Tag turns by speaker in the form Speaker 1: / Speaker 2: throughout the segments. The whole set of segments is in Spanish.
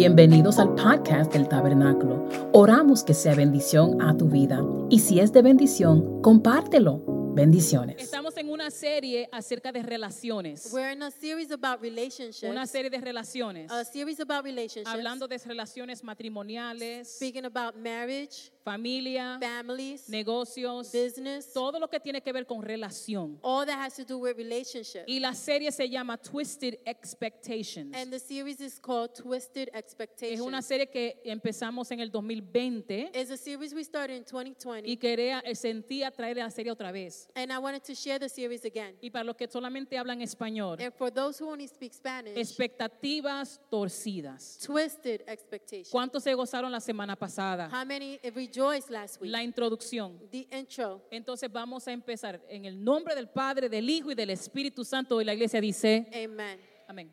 Speaker 1: Bienvenidos al podcast del Tabernáculo. Oramos que sea bendición a tu vida y si es de bendición, compártelo. Bendiciones.
Speaker 2: Estamos en una serie acerca de relaciones.
Speaker 3: We're in a series about relationships.
Speaker 2: Una serie de relaciones.
Speaker 3: a series about relationships.
Speaker 2: Hablando de relaciones matrimoniales,
Speaker 3: speaking about marriage,
Speaker 2: familia,
Speaker 3: families,
Speaker 2: negocios,
Speaker 3: business,
Speaker 2: todo lo que tiene que ver con relación.
Speaker 3: all that has to do with relationships.
Speaker 2: Y la serie se llama Twisted Expectations.
Speaker 3: And the series is called Twisted
Speaker 2: Es
Speaker 3: Expectations.
Speaker 2: una serie que empezamos en el 2020
Speaker 3: It's a series we started in 2020,
Speaker 2: y quería, sentía traer la serie otra vez.
Speaker 3: and I wanted to share the series again.
Speaker 2: Y para los que solamente hablan español,
Speaker 3: And for those who only speak Spanish,
Speaker 2: expectativas torcidas.
Speaker 3: Twisted Expectations.
Speaker 2: ¿Cuántos se gozaron la semana pasada?
Speaker 3: How many rejoiced last week?
Speaker 2: La introducción.
Speaker 3: the intro.
Speaker 2: Entonces vamos a empezar en el nombre del Padre, del Hijo y del Espíritu Santo. Y la iglesia dice,
Speaker 3: Amen.
Speaker 2: amén.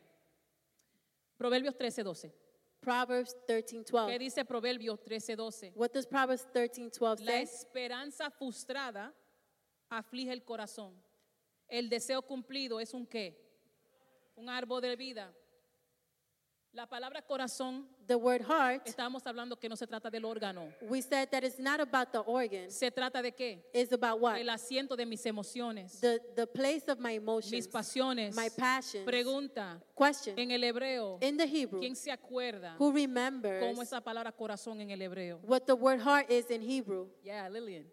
Speaker 2: Proverbios 13, 12.
Speaker 3: Proverbs 13:12.
Speaker 2: ¿Qué dice Proverbios 13, 12?
Speaker 3: What does Proverbs 13:12
Speaker 2: La
Speaker 3: say?
Speaker 2: esperanza frustrada aflige el corazón. El deseo cumplido es un qué? Un árbol de vida. La palabra corazón,
Speaker 3: The word heart,
Speaker 2: estábamos hablando que no se trata del órgano.
Speaker 3: we said that it's not about the organ.
Speaker 2: Se trata de qué?
Speaker 3: It's about what?
Speaker 2: El asiento de mis emociones,
Speaker 3: The, the place of my
Speaker 2: mis
Speaker 3: emotions,
Speaker 2: pasiones.
Speaker 3: my passions.
Speaker 2: Pregunta,
Speaker 3: Question.
Speaker 2: En el hebreo,
Speaker 3: In the Hebrew,
Speaker 2: ¿quién se acuerda
Speaker 3: who
Speaker 2: cómo
Speaker 3: remembers
Speaker 2: esa palabra corazón en el hebreo?
Speaker 3: what the word heart is in Hebrew?
Speaker 2: Yeah, Lillian.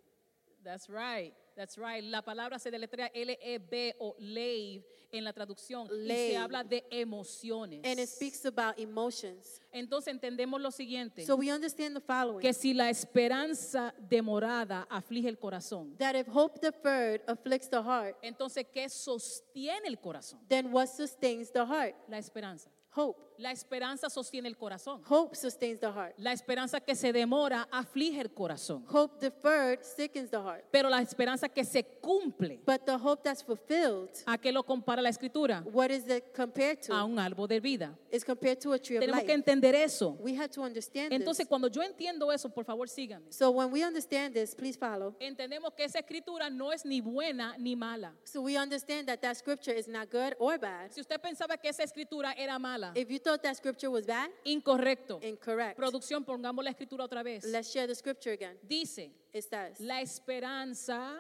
Speaker 2: That's right. That's right. La palabra se deletrea L-E-B o leiv en la traducción y se
Speaker 3: Leiv.
Speaker 2: habla de emociones.
Speaker 3: And it speaks about emotions.
Speaker 2: Entonces entendemos lo siguiente,
Speaker 3: So we understand the following
Speaker 2: que si la esperanza demorada aflige el corazón,
Speaker 3: that if hope deferred afflicts the heart,
Speaker 2: entonces ¿qué sostiene el corazón?
Speaker 3: then what sustains the heart?
Speaker 2: La esperanza.
Speaker 3: Hope.
Speaker 2: La esperanza sostiene el corazón.
Speaker 3: Hope sustains the heart.
Speaker 2: La esperanza que se demora aflige el corazón.
Speaker 3: Hope deferred sickens the heart.
Speaker 2: Pero la esperanza que se cumple,
Speaker 3: But the hope that's fulfilled,
Speaker 2: ¿a qué lo compara la escritura?
Speaker 3: what is it compared
Speaker 2: A
Speaker 3: to?
Speaker 2: un árbol de vida.
Speaker 3: Is compared to a tree of
Speaker 2: Tenemos que
Speaker 3: life.
Speaker 2: entender eso.
Speaker 3: We have to understand this.
Speaker 2: Entonces, cuando yo entiendo eso, por favor, síganme.
Speaker 3: So when we understand this, please follow.
Speaker 2: Entendemos que esa escritura no es ni buena ni mala.
Speaker 3: So we understand that that scripture is not good or bad.
Speaker 2: Si usted pensaba que esa escritura era mala,
Speaker 3: If you thought that scripture was bad,
Speaker 2: incorrecto.
Speaker 3: incorrect.
Speaker 2: Producción, pongamos la escritura otra vez.
Speaker 3: Let's share the scripture again.
Speaker 2: Dice,
Speaker 3: It says,
Speaker 2: la esperanza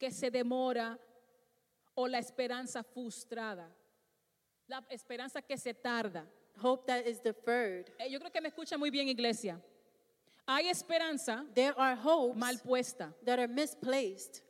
Speaker 2: que se demora o la esperanza frustrada, la esperanza que se tarda.
Speaker 3: hope that is deferred.
Speaker 2: Eh, Yo creo que me escucha muy bien, iglesia. Hay esperanza
Speaker 3: There are hopes
Speaker 2: mal puesta.
Speaker 3: that are misplaced.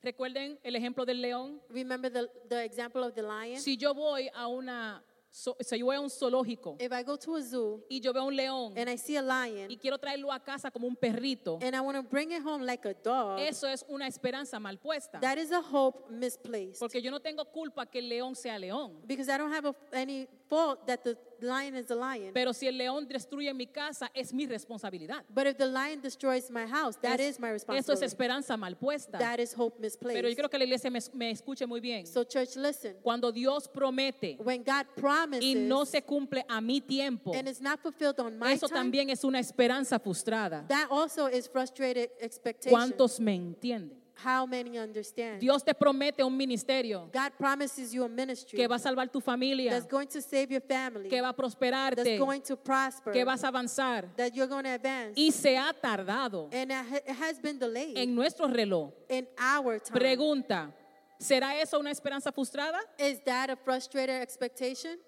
Speaker 2: Recuerden el ejemplo del león.
Speaker 3: Remember the, the example of the lion?
Speaker 2: Si yo voy a una, zo- si yo voy a un zoológico
Speaker 3: If I go to a zoo
Speaker 2: y yo veo un león
Speaker 3: and I see a lion
Speaker 2: y quiero traerlo a casa como un perrito,
Speaker 3: and I want to bring it home like a dog,
Speaker 2: eso es una esperanza mal puesta.
Speaker 3: that is a hope misplaced.
Speaker 2: Porque yo no tengo culpa que el león sea león.
Speaker 3: Because I don't have a, any fault that the lion is a lion.
Speaker 2: Pero si el león destruye mi casa, es mi responsabilidad.
Speaker 3: But if the lion destroys my house, that
Speaker 2: Es-
Speaker 3: is my
Speaker 2: Eso es
Speaker 3: responsibility.
Speaker 2: esperanza mal puesta.
Speaker 3: That is hope
Speaker 2: Pero yo
Speaker 3: misplaced.
Speaker 2: creo que la iglesia me, me escuche muy bien.
Speaker 3: So, church, listen.
Speaker 2: Cuando Dios promete
Speaker 3: When God promises
Speaker 2: y no se cumple a mi tiempo,
Speaker 3: and it's not fulfilled on my
Speaker 2: eso
Speaker 3: time,
Speaker 2: también es una esperanza frustrada.
Speaker 3: that also is frustrated expectation.
Speaker 2: ¿Cuántos me entienden?
Speaker 3: How many understand?
Speaker 2: Dios te promete un ministerio
Speaker 3: God promises you a ministry
Speaker 2: que va a salvar tu familia,
Speaker 3: that's going to save your family,
Speaker 2: que va a prosperarte,
Speaker 3: that's going to prosper,
Speaker 2: que vas a avanzar.
Speaker 3: that you're going to advance.
Speaker 2: Y se ha tardado
Speaker 3: and it ha- it has been delayed
Speaker 2: en nuestro reloj.
Speaker 3: in our time.
Speaker 2: Pregunta, ¿será eso una esperanza frustrada?
Speaker 3: Is that a frustrated expectation?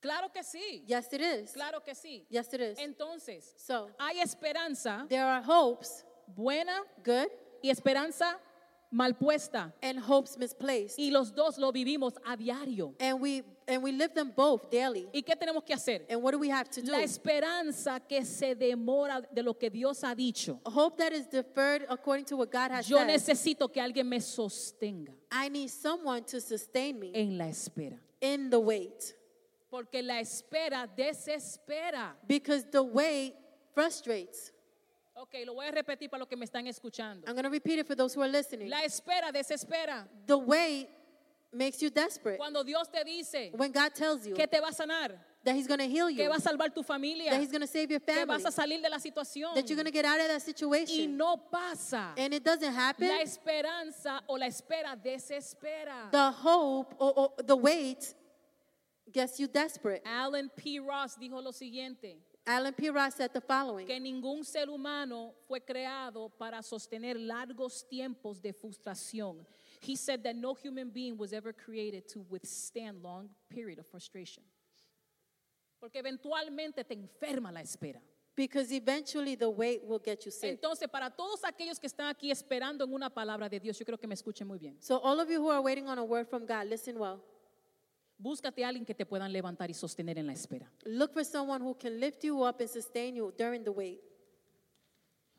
Speaker 2: Claro que sí,
Speaker 3: Yes, it is.
Speaker 2: claro que sí.
Speaker 3: Yes, it is.
Speaker 2: Entonces,
Speaker 3: so,
Speaker 2: hay esperanza
Speaker 3: there are hopes
Speaker 2: buena
Speaker 3: good
Speaker 2: y esperanza mal puesta.
Speaker 3: and hopes misplaced.
Speaker 2: Y los dos lo vivimos a diario.
Speaker 3: And we and we live them both daily.
Speaker 2: ¿Y qué tenemos que hacer?
Speaker 3: And what do we have to do?
Speaker 2: La esperanza que se demora de lo que Dios ha dicho.
Speaker 3: Hope that is deferred according to what God has
Speaker 2: Yo
Speaker 3: said.
Speaker 2: necesito que alguien me sostenga
Speaker 3: I need someone to sustain me
Speaker 2: en la espera.
Speaker 3: in the wait.
Speaker 2: Porque la espera desespera.
Speaker 3: Because the wait frustrates.
Speaker 2: Ok, lo voy a repetir para los que me están escuchando.
Speaker 3: I'm gonna repeat it for those who are listening.
Speaker 2: La espera desespera.
Speaker 3: The wait makes you desperate.
Speaker 2: Cuando Dios te dice
Speaker 3: When God tells you
Speaker 2: que te va a sanar,
Speaker 3: that He's gonna heal
Speaker 2: que
Speaker 3: you,
Speaker 2: va a salvar tu familia,
Speaker 3: that He's gonna save your
Speaker 2: que
Speaker 3: family,
Speaker 2: vas a salir de la situación
Speaker 3: that you're gonna get out of that
Speaker 2: y
Speaker 3: situation.
Speaker 2: no pasa.
Speaker 3: And it doesn't happen.
Speaker 2: La esperanza o la espera desespera.
Speaker 3: The hope or, or the wait Guess you desperate.
Speaker 2: Alan P. Ross dijo lo siguiente,
Speaker 3: Alan P. Ross said the following
Speaker 2: que ningún ser humano fue creado para sostener largos tiempos de frustración. He said that no human being was ever created to withstand long period of frustration. Porque eventualmente te enferma la espera.
Speaker 3: because eventually the weight will get you sick.
Speaker 2: Entonces, para todos aquellos que están aquí esperando en una palabra de Dios, yo creo que me escuchen muy bien.
Speaker 3: So, all of you who are waiting on a word from God, listen well.
Speaker 2: Búscate a alguien que te puedan levantar y sostener en la espera.
Speaker 3: Look for someone who can lift you up and sustain you during the wait.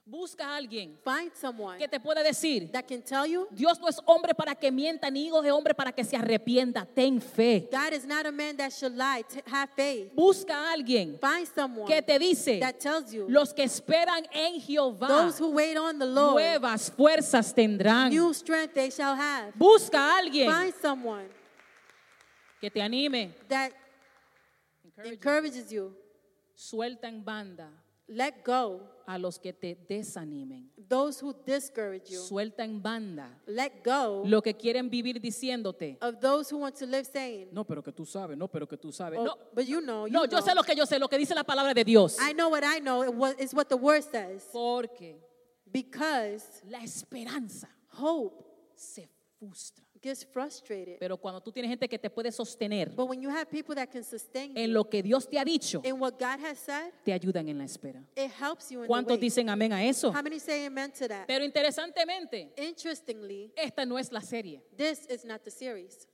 Speaker 2: Busca a alguien
Speaker 3: Find someone
Speaker 2: que te pueda decir,
Speaker 3: that can tell you
Speaker 2: Dios no es hombre para que mienta, ni hijo de hombre para que se arrepienta. Ten fe.
Speaker 3: God is not a man that should lie. T- have faith.
Speaker 2: Busca a alguien
Speaker 3: Find someone
Speaker 2: que te dice,
Speaker 3: that tells you
Speaker 2: los que esperan en Jehová,
Speaker 3: those who wait on the Lord,
Speaker 2: nuevas fuerzas tendrán.
Speaker 3: new strength they shall have.
Speaker 2: Busca a alguien
Speaker 3: Find someone
Speaker 2: que te anime.
Speaker 3: that encourages you.
Speaker 2: Suelta en banda
Speaker 3: Let go
Speaker 2: a los que te desanimen.
Speaker 3: those who discourage you.
Speaker 2: Suelta en banda
Speaker 3: Let go
Speaker 2: lo que quieren vivir diciéndote.
Speaker 3: of those who want to live saying,
Speaker 2: No, pero que tú sabes, no, pero que tú sabes.
Speaker 3: "Oh,
Speaker 2: No,
Speaker 3: but you know, you
Speaker 2: no,
Speaker 3: know.
Speaker 2: yo sé lo que yo sé, lo que dice la palabra de Dios.
Speaker 3: I know what I know. It wa- It's what the word says.
Speaker 2: Porque
Speaker 3: Because
Speaker 2: la esperanza
Speaker 3: hope
Speaker 2: se frustra.
Speaker 3: gets frustrated.
Speaker 2: Pero cuando tú tienes gente que te puede sostener
Speaker 3: But when you have people that can sustain you
Speaker 2: en lo que Dios te ha dicho,
Speaker 3: in what God has said,
Speaker 2: te ayudan en la espera.
Speaker 3: it helps you in the
Speaker 2: ¿Cuántos
Speaker 3: way.
Speaker 2: dicen amén a eso?
Speaker 3: How many say amen to that?
Speaker 2: Pero interesantemente,
Speaker 3: Interestingly,
Speaker 2: esta no es la serie.
Speaker 3: this is not the series.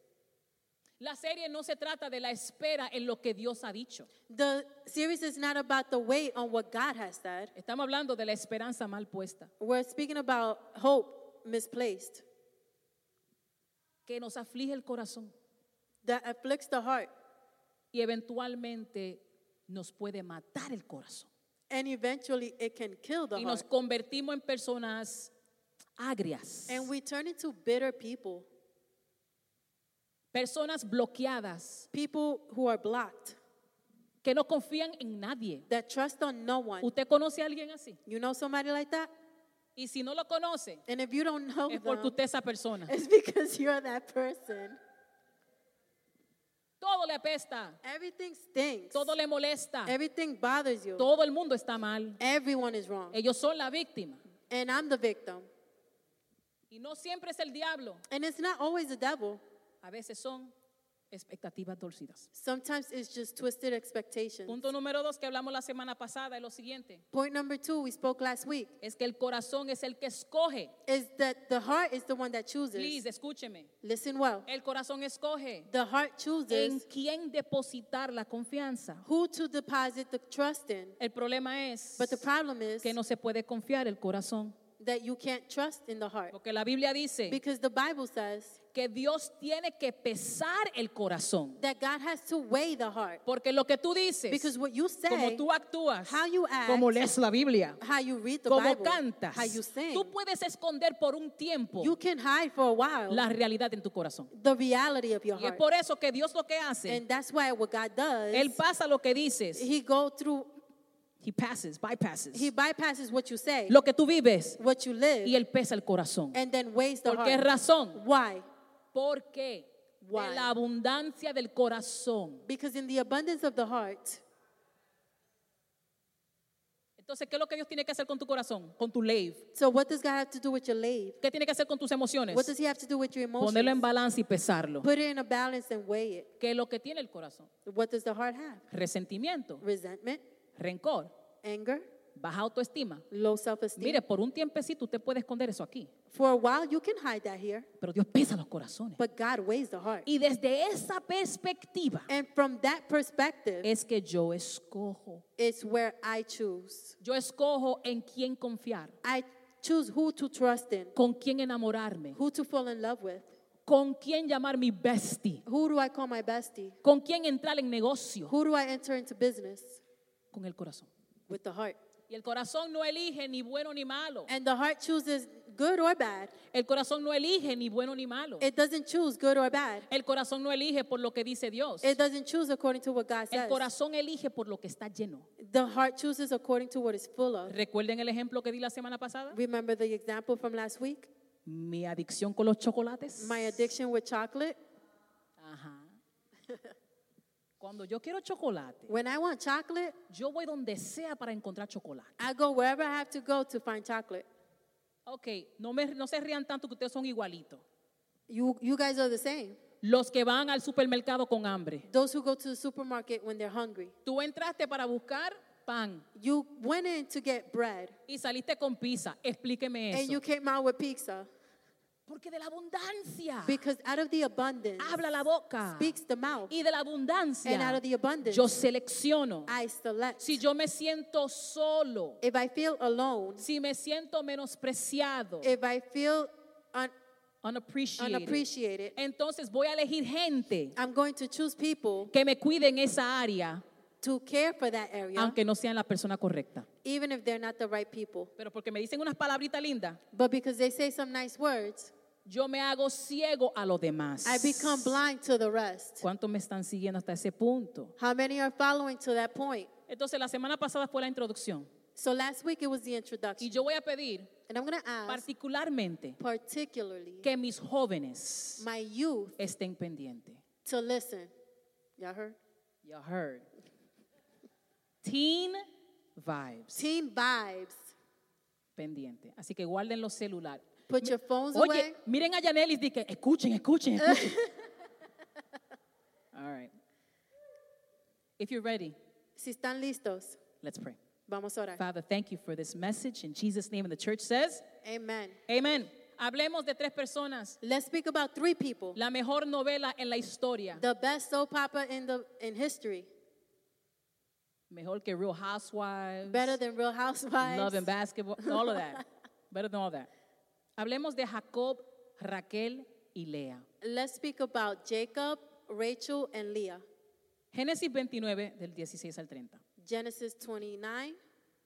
Speaker 2: La serie no se trata de la espera en lo que Dios ha dicho.
Speaker 3: The series is not about the weight on what God has said.
Speaker 2: Estamos hablando de la esperanza mal puesta,
Speaker 3: We're speaking about hope misplaced
Speaker 2: que nos aflige el corazón
Speaker 3: that afflicts the heart
Speaker 2: y eventualmente nos puede matar el corazón.
Speaker 3: and eventually it can kill the
Speaker 2: Y nos
Speaker 3: heart.
Speaker 2: convertimos en personas agrias,
Speaker 3: And we turn into bitter people,
Speaker 2: personas bloqueadas
Speaker 3: people who are blocked,
Speaker 2: que no confían en nadie.
Speaker 3: that trust on no one.
Speaker 2: ¿Usted conoce a alguien así?
Speaker 3: You know somebody like that?
Speaker 2: Y si no lo conoce,
Speaker 3: And if you don't know
Speaker 2: es porque
Speaker 3: them,
Speaker 2: usted es esa persona.
Speaker 3: it's because you're that person.
Speaker 2: Todo le apesta,
Speaker 3: Everything stinks.
Speaker 2: todo le molesta,
Speaker 3: Everything bothers you.
Speaker 2: todo Eh. el mundo está mal.
Speaker 3: Everyone is wrong.
Speaker 2: Ellos son la víctima.
Speaker 3: And I'm the victim.
Speaker 2: Y no siempre es el diablo.
Speaker 3: And it's not always the devil.
Speaker 2: A veces son expectativas torcidas.
Speaker 3: Sometimes it's just twisted expectations.
Speaker 2: Punto número dos que hablamos la semana pasada es lo siguiente.
Speaker 3: Point number two, we spoke last week,
Speaker 2: Es que el corazón es el que escoge.
Speaker 3: is that the heart is the one that chooses.
Speaker 2: Please, escúcheme.
Speaker 3: Listen well.
Speaker 2: El corazón escoge
Speaker 3: The heart
Speaker 2: en
Speaker 3: chooses
Speaker 2: quién depositar la confianza.
Speaker 3: who to deposit the trust in.
Speaker 2: El problema es
Speaker 3: But the problem is
Speaker 2: que no se puede confiar el corazón.
Speaker 3: that you can't trust in the heart.
Speaker 2: Porque la Biblia dice
Speaker 3: Because the Bible says
Speaker 2: que Dios tiene que pesar el corazón.
Speaker 3: that God has to weigh the heart.
Speaker 2: Porque lo que tú dices,
Speaker 3: Because what you
Speaker 2: como
Speaker 3: say,
Speaker 2: tú actúas,
Speaker 3: how you act,
Speaker 2: como lees la Biblia,
Speaker 3: how you read the
Speaker 2: como
Speaker 3: Bible,
Speaker 2: cantas,
Speaker 3: how you sing,
Speaker 2: tú puedes esconder por un tiempo
Speaker 3: you can hide for a while
Speaker 2: la realidad en tu corazón.
Speaker 3: the reality of your
Speaker 2: Y es
Speaker 3: heart.
Speaker 2: por eso que Dios lo que hace,
Speaker 3: And that's why what God does,
Speaker 2: Él pasa lo que dices,
Speaker 3: he go through,
Speaker 2: He passes, bypasses,
Speaker 3: he bypasses what you say,
Speaker 2: lo que tú vives
Speaker 3: what you live,
Speaker 2: y Él pesa el corazón.
Speaker 3: and then weighs the
Speaker 2: ¿Por qué
Speaker 3: heart.
Speaker 2: razón?
Speaker 3: Why?
Speaker 2: Porque de
Speaker 3: Why?
Speaker 2: la abundancia del corazón.
Speaker 3: Because in the abundance of the heart,
Speaker 2: Entonces, ¿qué es lo que Dios tiene que hacer con tu corazón, con tu life?
Speaker 3: so what does God have to do with your life?
Speaker 2: ¿Qué tiene que hacer con tus emociones?
Speaker 3: What does he have to do with your
Speaker 2: Ponerlo en
Speaker 3: emotions?
Speaker 2: balance y pesarlo.
Speaker 3: Put it in a balance and weigh it.
Speaker 2: ¿Qué es lo que tiene el corazón?
Speaker 3: What does the heart have?
Speaker 2: Resentimiento,
Speaker 3: Resentment,
Speaker 2: rencor,
Speaker 3: anger,
Speaker 2: baja autoestima.
Speaker 3: low self-esteem.
Speaker 2: Mire, por un tiempecito usted puede esconder eso aquí,
Speaker 3: For a while, you can hide that here,
Speaker 2: pero Dios pesa los corazones.
Speaker 3: but God weighs the heart.
Speaker 2: Y desde esa perspectiva
Speaker 3: And from that perspective,
Speaker 2: es que yo escojo.
Speaker 3: it's where I choose.
Speaker 2: Yo escojo en quién confiar,
Speaker 3: I choose who to trust in,
Speaker 2: con quién enamorarme,
Speaker 3: who to fall in love with,
Speaker 2: con quién llamar mi bestie,
Speaker 3: who do I call my bestie,
Speaker 2: con quién entrar en negocio,
Speaker 3: who do I enter into business
Speaker 2: con el corazón.
Speaker 3: with the heart.
Speaker 2: Y el corazón no elige ni bueno ni malo.
Speaker 3: And the heart chooses good or bad.
Speaker 2: El corazón no elige ni bueno ni malo.
Speaker 3: It doesn't choose good or bad.
Speaker 2: El corazón no elige por lo que dice Dios.
Speaker 3: It doesn't choose according to what God
Speaker 2: El
Speaker 3: says.
Speaker 2: corazón elige por lo que está lleno.
Speaker 3: The heart chooses according to what it's full of.
Speaker 2: ¿Recuerden el ejemplo que di la semana pasada?
Speaker 3: Remember the example from last week?
Speaker 2: Mi adicción con los chocolates.
Speaker 3: My addiction with chocolate.
Speaker 2: Ajá. Cuando yo quiero chocolate,
Speaker 3: When I want chocolate,
Speaker 2: yo voy donde sea para encontrar chocolate.
Speaker 3: I go wherever I have to go to find chocolate.
Speaker 2: Ok, no, me, no se rían tanto que ustedes son igualitos.
Speaker 3: You, you guys are the same.
Speaker 2: Los que van al supermercado con hambre.
Speaker 3: Those who go to the supermarket when they're hungry.
Speaker 2: Tú entraste para buscar pan
Speaker 3: You went in to get bread
Speaker 2: y saliste con pizza. Explíqueme
Speaker 3: and
Speaker 2: eso.
Speaker 3: you came out with pizza
Speaker 2: Porque de la abundancia
Speaker 3: because out of the abundance
Speaker 2: habla la boca.
Speaker 3: speaks the mouth.
Speaker 2: Y de la
Speaker 3: And out
Speaker 2: abundancia
Speaker 3: of the abundance,
Speaker 2: yo selecciono.
Speaker 3: I select.
Speaker 2: Si yo me siento solo,
Speaker 3: If I feel alone,
Speaker 2: si me siento menospreciado,
Speaker 3: if I feel un-
Speaker 2: unappreciated,
Speaker 3: unappreciated,
Speaker 2: entonces voy a elegir gente
Speaker 3: I'm going to choose people
Speaker 2: que me cuide en esa área,
Speaker 3: to care for that area,
Speaker 2: aunque no sean la persona correcta.
Speaker 3: even if they're not the right people.
Speaker 2: Pero porque me dicen unas palabritas lindas,
Speaker 3: But because they say some nice words,
Speaker 2: yo me hago ciego a lo demás.
Speaker 3: I become blind to the rest.
Speaker 2: ¿Cuántos me están siguiendo hasta ese punto?
Speaker 3: How many are following to that point?
Speaker 2: Entonces, la semana pasada fue la introducción.
Speaker 3: So last week it was the
Speaker 2: Y
Speaker 3: introduction.
Speaker 2: yo voy a pedir
Speaker 3: And I'm going to ask
Speaker 2: particularmente
Speaker 3: particularly
Speaker 2: que mis jóvenes
Speaker 3: my youth
Speaker 2: estén pendientes.
Speaker 3: to listen. Y'all heard?
Speaker 2: You heard. Teen vibes.
Speaker 3: Teen vibes.
Speaker 2: Pendiente. Así que guarden los celulares.
Speaker 3: Put your phones away.
Speaker 2: Oye, miren a Yanelis y que escuchen, escuchen, escuchen. All right. If you're ready,
Speaker 3: Si están listos,
Speaker 2: let's pray.
Speaker 3: vamos a orar.
Speaker 2: Father, thank you for this message in Jesus' name. And the church says,
Speaker 3: Amen.
Speaker 2: Amen. Hablemos de tres personas.
Speaker 3: Let's speak about three people.
Speaker 2: La mejor novela en la historia.
Speaker 3: The best soap opera in the in history.
Speaker 2: Mejor que Real Housewives,
Speaker 3: Better than Real Housewives.
Speaker 2: Love and Basketball, all of that. Better than all that. Hablemos de Jacob, Raquel y Lea.
Speaker 3: Let's speak about Jacob, Rachel, and Leah.
Speaker 2: Génesis 29, del 16 al 30.
Speaker 3: Genesis 29,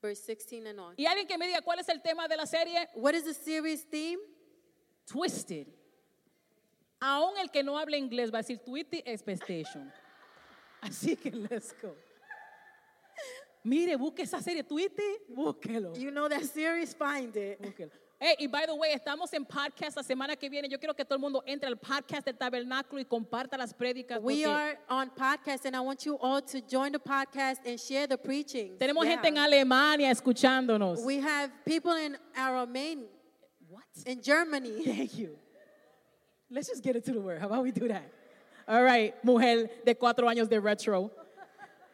Speaker 3: verse 16 and on.
Speaker 2: Y alguien que me diga cuál es el tema de la serie,
Speaker 3: What is the series theme?
Speaker 2: Twisted. Aún el que no hable inglés va a decir Twisted Expectation. Así que let's go. Mire, busque esa serie Twisted, búsquelo.
Speaker 3: You know that series, find it.
Speaker 2: búsquelo. Hey, y by the way, estamos en podcast la semana que viene. Yo quiero que todo el mundo entre al podcast del tabernáculo y comparta las prédicas.
Speaker 3: We
Speaker 2: porque
Speaker 3: are on podcast, and I want you all to join the podcast and share the preaching.
Speaker 2: Tenemos gente en Alemania escuchándonos.
Speaker 3: We have people in our main,
Speaker 2: What?
Speaker 3: in Germany.
Speaker 2: Thank you. Let's just get it to the word. How about we do that? All right, mujer de cuatro años de retro.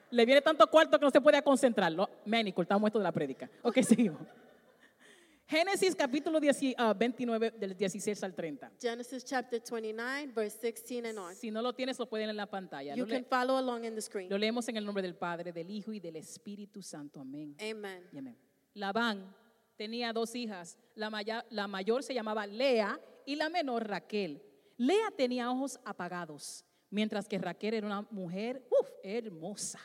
Speaker 2: Le viene tanto cuarto que no se puede concentrar. Lo- Manny, cortamos esto de la prédica. Ok, seguimos. Génesis capítulo 10 ah, 29 del 16 al 30.
Speaker 3: Genesis chapter 29, verse 16 and on.
Speaker 2: Si no lo tienes, lo pueden leer en la pantalla.
Speaker 3: You
Speaker 2: Lo, le-
Speaker 3: can follow along in the screen.
Speaker 2: lo leemos en el nombre del Padre, del Hijo y del Espíritu Santo. Amén.
Speaker 3: Amen.
Speaker 2: Y amén. Labán tenía dos hijas. La, maya- la mayor se llamaba Lea y la menor Raquel. Lea tenía ojos apagados, mientras que Raquel era una mujer uf, hermosa.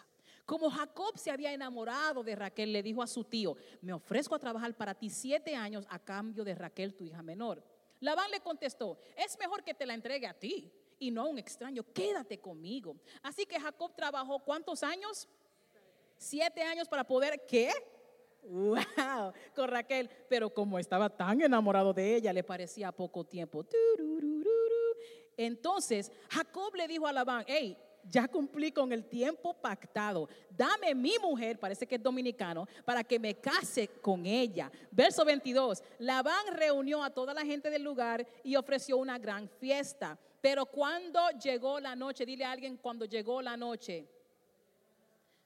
Speaker 2: Como Jacob se había enamorado de Raquel, le dijo a su tío, me ofrezco a trabajar para ti siete años a cambio de Raquel, tu hija menor. Labán le contestó, es mejor que te la entregue a ti y no a un extraño, quédate conmigo. Así que Jacob trabajó, ¿cuántos años? Siete años para poder, ¿qué? ¡Wow! Con Raquel. Pero como estaba tan enamorado de ella, le parecía poco tiempo. Tururururu. Entonces, Jacob le dijo a Labán, hey, ya cumplí con el tiempo pactado. Dame mi mujer, parece que es dominicano, para que me case con ella. Verso 22. Labán reunió a toda la gente del lugar y ofreció una gran fiesta. Pero cuando llegó la noche, dile a alguien, cuando llegó la noche,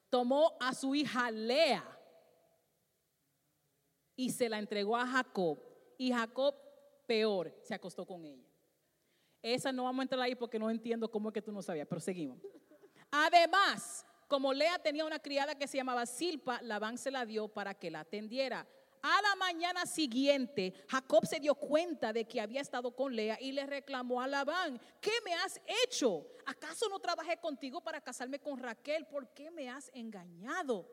Speaker 2: tomó a su hija Lea y se la entregó a Jacob. Y Jacob, peor, se acostó con ella. Esa no vamos a entrar ahí porque no entiendo cómo es que tú no sabías, pero seguimos. Además, como Lea tenía una criada que se llamaba Silpa, Labán se la dio para que la atendiera. A la mañana siguiente, Jacob se dio cuenta de que había estado con Lea y le reclamó a Labán, ¿qué me has hecho? ¿Acaso no trabajé contigo para casarme con Raquel? ¿Por qué me has engañado?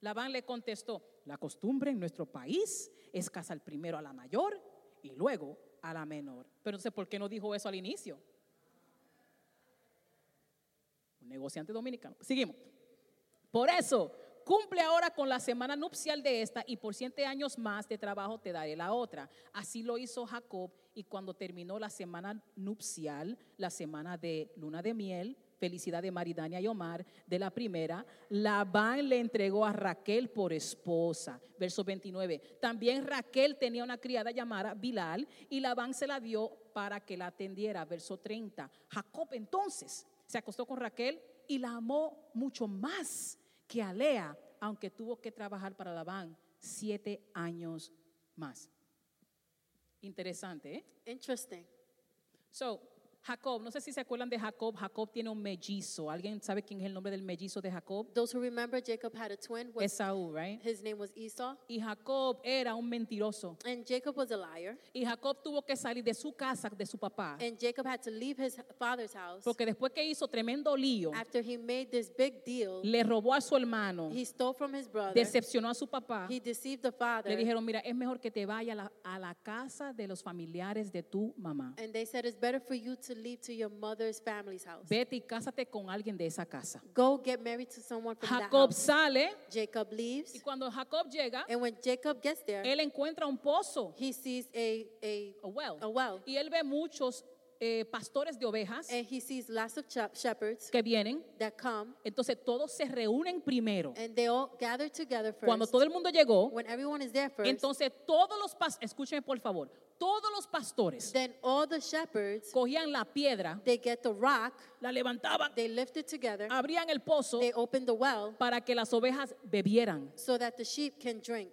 Speaker 2: Labán le contestó, la costumbre en nuestro país es casar primero a la mayor y luego a la menor. Pero entonces, ¿por qué no dijo eso al inicio? Un negociante dominicano. Seguimos. Por eso, cumple ahora con la semana nupcial de esta y por siete años más de trabajo te daré la otra. Así lo hizo Jacob y cuando terminó la semana nupcial, la semana de luna de miel, Felicidad de Maridania y Omar, de la primera, Labán le entregó a Raquel por esposa. Verso 29. También Raquel tenía una criada llamada Bilal y Labán se la dio para que la atendiera. Verso 30. Jacob entonces se acostó con Raquel y la amó mucho más que a Lea, aunque tuvo que trabajar para Labán siete años más. Interesante, ¿eh?
Speaker 3: Interesting.
Speaker 2: So, Jacob, no sé si se acuerdan de Jacob. Jacob tiene un mellizo. ¿Alguien sabe quién es el nombre del mellizo de Jacob?
Speaker 3: Those who remember, Jacob had a twin. Was,
Speaker 2: Esaú, right?
Speaker 3: his name was Esau,
Speaker 2: Y Jacob era un mentiroso.
Speaker 3: and Jacob was a liar.
Speaker 2: Y Jacob tuvo que salir de su casa, de su papá.
Speaker 3: And Jacob had to leave his father's house
Speaker 2: Porque después que hizo tremendo lío,
Speaker 3: after he made this big deal.
Speaker 2: le robó a su hermano,
Speaker 3: He stole from his brother.
Speaker 2: decepcionó a su papá.
Speaker 3: He deceived the father.
Speaker 2: Le dijeron, mira, es mejor que te vayas a la, a la casa de los familiares de tu mamá.
Speaker 3: And they said, It's better for you to leave to your mother's family's house.
Speaker 2: Vete y cásate con alguien de esa casa.
Speaker 3: Go get married to someone from that
Speaker 2: Jacob
Speaker 3: house.
Speaker 2: sale
Speaker 3: Jacob
Speaker 2: y
Speaker 3: leaves.
Speaker 2: cuando Jacob llega,
Speaker 3: And when Jacob gets there,
Speaker 2: él encuentra un pozo,
Speaker 3: he sees a, a,
Speaker 2: a well,
Speaker 3: a well.
Speaker 2: y él ve muchos eh, pastores de ovejas
Speaker 3: And he sees lots of shep- shepherds
Speaker 2: que vienen.
Speaker 3: that come.
Speaker 2: Entonces todos se reúnen primero.
Speaker 3: And they all gather together first.
Speaker 2: Cuando todo el mundo llegó,
Speaker 3: when everyone is there first,
Speaker 2: entonces todos los pastores, escúcheme por favor, todos los pastores
Speaker 3: then all the shepherds,
Speaker 2: cogían la piedra,
Speaker 3: they get the rock,
Speaker 2: la levantaban,
Speaker 3: they lift it together,
Speaker 2: abrían el pozo
Speaker 3: they open the well
Speaker 2: para que las ovejas bebieran.
Speaker 3: so that the sheep can drink.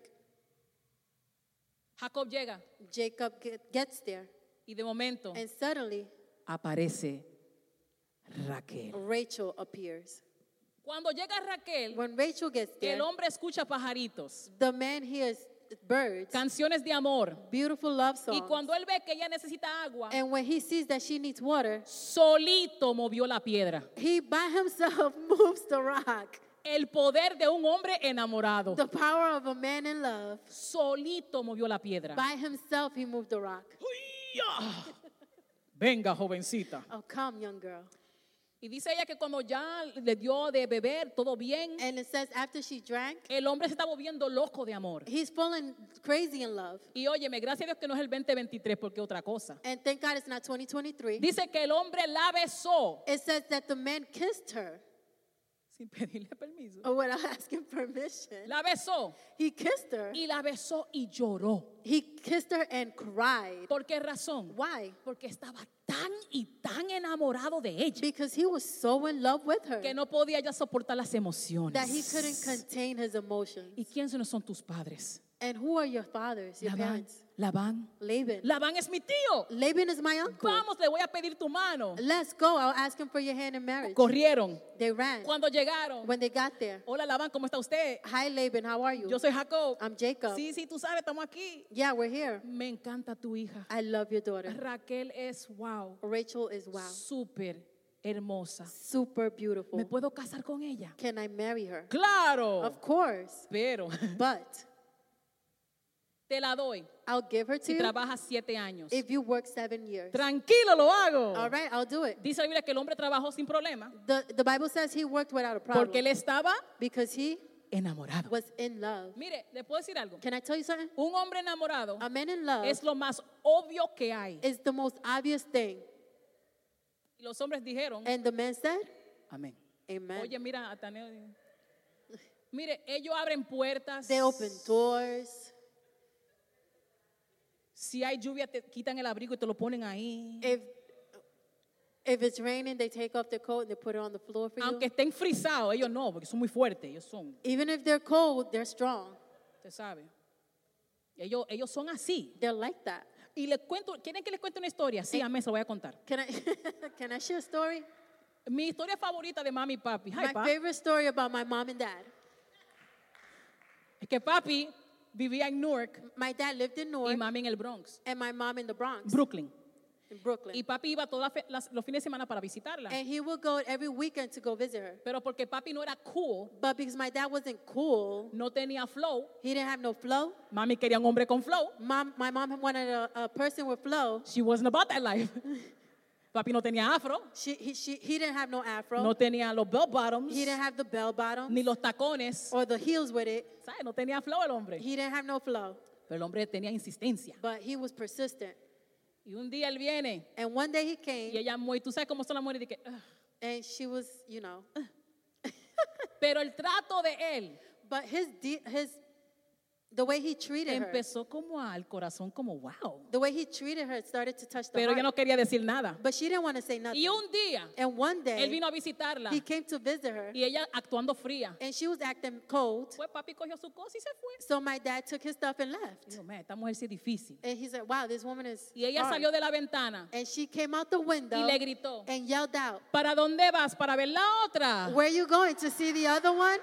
Speaker 2: Jacob llega
Speaker 3: Jacob get, gets there.
Speaker 2: y de momento
Speaker 3: And suddenly,
Speaker 2: aparece Raquel.
Speaker 3: Rachel appears.
Speaker 2: Cuando llega Raquel,
Speaker 3: When Rachel gets there,
Speaker 2: el hombre escucha pajaritos,
Speaker 3: the man hears birds,
Speaker 2: canciones de amor.
Speaker 3: beautiful love
Speaker 2: Y
Speaker 3: songs.
Speaker 2: cuando él ve que ella necesita agua,
Speaker 3: And when he sees that she needs water,
Speaker 2: solito movió la piedra.
Speaker 3: he by himself moves the rock.
Speaker 2: El poder de un hombre enamorado.
Speaker 3: The power of a man in love.
Speaker 2: Solito movió la piedra.
Speaker 3: By himself, he moved the rock.
Speaker 2: ¡Uya! Venga, jovencita.
Speaker 3: Oh, come, young girl.
Speaker 2: Y dice ella que cuando ya le dio de beber, todo bien,
Speaker 3: And it says after she drank,
Speaker 2: el hombre se está volviendo loco de amor.
Speaker 3: he's fallen crazy in love.
Speaker 2: Y óyeme, gracias a Dios que no es el 2023 porque otra cosa.
Speaker 3: And thank God it's not 2023.
Speaker 2: Dice que el hombre la besó
Speaker 3: It says that the man kissed her
Speaker 2: sin pedirle permiso.
Speaker 3: or without asking permission.
Speaker 2: La besó
Speaker 3: He kissed her.
Speaker 2: y la besó y lloró.
Speaker 3: He kissed her and cried.
Speaker 2: ¿Por qué razón?
Speaker 3: Why?
Speaker 2: Porque estaba tan y tan enamorado de ella
Speaker 3: Because he was so in love with her
Speaker 2: que no podía ya soportar las
Speaker 3: that he couldn't
Speaker 2: emociones.
Speaker 3: contain his emotions.
Speaker 2: ¿Y quiénes son tus padres?
Speaker 3: And who are your fathers, your
Speaker 2: Labán.
Speaker 3: parents?
Speaker 2: Labán.
Speaker 3: Laban.
Speaker 2: Laban es mi tío.
Speaker 3: Laban is my uncle.
Speaker 2: Vamos, le voy a pedir tu mano.
Speaker 3: Let's go. I'll ask him for your hand in marriage.
Speaker 2: Corrieron.
Speaker 3: They ran.
Speaker 2: Cuando llegaron.
Speaker 3: When they got there,
Speaker 2: Hola Labán, ¿cómo está usted?
Speaker 3: hi Laban, how are you?
Speaker 2: Yo soy Jacob.
Speaker 3: I'm Jacob.
Speaker 2: Sí, sí, tú sabes, estamos aquí.
Speaker 3: Yeah, we're here.
Speaker 2: Me encanta tu hija.
Speaker 3: I love your daughter.
Speaker 2: Raquel es wow.
Speaker 3: Rachel is wow,
Speaker 2: Súper hermosa.
Speaker 3: super beautiful.
Speaker 2: ¿Me puedo casar con ella?
Speaker 3: Can I marry her?
Speaker 2: Claro.
Speaker 3: Of course,
Speaker 2: Pero
Speaker 3: but
Speaker 2: te la doy
Speaker 3: I'll give her to
Speaker 2: si
Speaker 3: you
Speaker 2: trabajas siete años.
Speaker 3: if you work seven years.
Speaker 2: Tranquilo, lo
Speaker 3: pues. All
Speaker 2: hago.
Speaker 3: right, I'll do it.
Speaker 2: Dice la Biblia que el hombre trabajó sin problema
Speaker 3: The, the Bible says he worked without a problem
Speaker 2: porque él estaba
Speaker 3: because he
Speaker 2: enamorado.
Speaker 3: was in love.
Speaker 2: Mire, le puedo decir algo.
Speaker 3: Can I tell you something?
Speaker 2: Un hombre enamorado
Speaker 3: A man in love
Speaker 2: es lo más obvio que hay.
Speaker 3: is the most obvious thing.
Speaker 2: Y los hombres dijeron,
Speaker 3: And the man said,
Speaker 2: amén.
Speaker 3: Amen.
Speaker 2: Oye, mira, Ateneo. Mire, ellos abren puertas.
Speaker 3: They open doors.
Speaker 2: Si hay lluvia, te quitan el abrigo y te lo ponen ahí.
Speaker 3: If if it's raining, they take off their coat and they put it on the floor for
Speaker 2: Aunque
Speaker 3: you.
Speaker 2: estén frisados, ellos no, porque son muy fuertes. Ellos son,
Speaker 3: Even if they're cold, they're strong.
Speaker 2: usted sabe. Ellos, ellos son así.
Speaker 3: They're like that.
Speaker 2: Y les cuento, ¿quieren que les cuente una historia?
Speaker 3: Eh,
Speaker 2: Sí, amén, se lo voy a contar.
Speaker 3: Can I can I share a story?
Speaker 2: Mi historia favorita de mami y papi. Hi,
Speaker 3: My
Speaker 2: pa.
Speaker 3: favorite story about my mom and dad.
Speaker 2: Es que papi vivía en Newark
Speaker 3: My dad lived in
Speaker 2: y
Speaker 3: Newark
Speaker 2: mami en el Bronx,
Speaker 3: and my mom in the Bronx,
Speaker 2: Brooklyn.
Speaker 3: in Brooklyn.
Speaker 2: Y papi iba todos los fines de semana para visitarla.
Speaker 3: And he would go every weekend to go visit her.
Speaker 2: Pero porque papi no era cool,
Speaker 3: But because my dad wasn't cool,
Speaker 2: no tenía flow,
Speaker 3: he didn't have no flow.
Speaker 2: Mami quería un hombre con flow.
Speaker 3: Mom, my mom wanted a, a person with flow.
Speaker 2: She wasn't about that life. Papi no tenía afro,
Speaker 3: She, he, she, he didn't have no afro.
Speaker 2: no tenía los bell bottoms,
Speaker 3: He didn't have the bell bottom
Speaker 2: ni los tacones.
Speaker 3: or the heels with it.
Speaker 2: ¿Sabes? No tenía flow el hombre.
Speaker 3: He didn't have no flow,
Speaker 2: Pero el hombre tenía insistencia.
Speaker 3: but he was persistent.
Speaker 2: Y un día él viene
Speaker 3: And one day he
Speaker 2: y
Speaker 3: came,
Speaker 2: ella muere. Tú sabes cómo son las mujeres. de que, "Ugh,
Speaker 3: And she was, you know,
Speaker 2: Pero el trato de él
Speaker 3: but his de- his the way he treated her,
Speaker 2: empezó como al corazón, como wow.
Speaker 3: the way he treated her started to touch the
Speaker 2: Pero
Speaker 3: heart.
Speaker 2: yo no quería decir nada.
Speaker 3: but she didn't want to say nothing.
Speaker 2: Y un día,
Speaker 3: and one
Speaker 2: él
Speaker 3: day
Speaker 2: vino a visitarla
Speaker 3: he came to visit her,
Speaker 2: y ella actuando fría.
Speaker 3: and she was acting cold.
Speaker 2: Pues papi cogió su cosa y se fue.
Speaker 3: So my dad took his stuff and left.
Speaker 2: Digo, "Man, esta mujer sí es difícil.
Speaker 3: And he said, "Wow, this woman is."
Speaker 2: Y ella
Speaker 3: hard."
Speaker 2: salió de la ventana
Speaker 3: and she came out the window
Speaker 2: y le gritó,
Speaker 3: and yelled out,
Speaker 2: ¿para dónde vas? ¿Para ver la otra?
Speaker 3: "Where you going to see the other one?"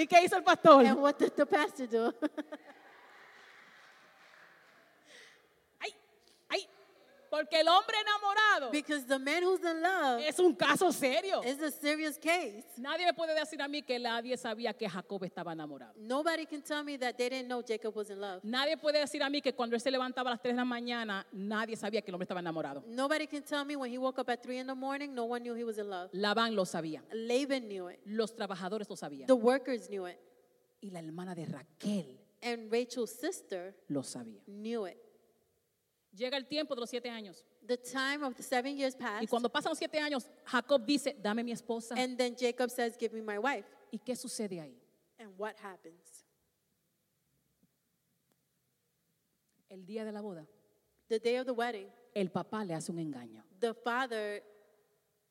Speaker 2: ¿Y qué hizo el pastor?
Speaker 3: And what did the pastor do?
Speaker 2: Ay, ay, porque el hombre enamorado
Speaker 3: because the man who's in love
Speaker 2: es un caso serio.
Speaker 3: is a serious case.
Speaker 2: Nadie me puede decir a mí que nadie sabía que Jacob estaba enamorado.
Speaker 3: Nobody can tell me that they didn't know Jacob was in love.
Speaker 2: Nadie puede decir a mí que cuando él se levantaba a las 3 de la mañana, nadie sabía que el hombre estaba enamorado.
Speaker 3: Nobody can tell me when he woke up at three in the morning, no one knew he was in love.
Speaker 2: Labán lo sabía,
Speaker 3: Laban knew it.
Speaker 2: los trabajadores lo sabían
Speaker 3: The workers knew it.
Speaker 2: y la hermana de Raquel
Speaker 3: And Rachel's sister
Speaker 2: lo sabía.
Speaker 3: knew it.
Speaker 2: Llega el tiempo de los siete años
Speaker 3: The time of the seven years
Speaker 2: y
Speaker 3: passed.
Speaker 2: cuando pasan los siete años, Jacob dice, dame mi esposa.
Speaker 3: And then Jacob says, Give me my wife.
Speaker 2: ¿Y qué sucede ahí?
Speaker 3: And what happens?
Speaker 2: El día de la boda,
Speaker 3: The day of the wedding,
Speaker 2: el papá le hace un engaño.
Speaker 3: the father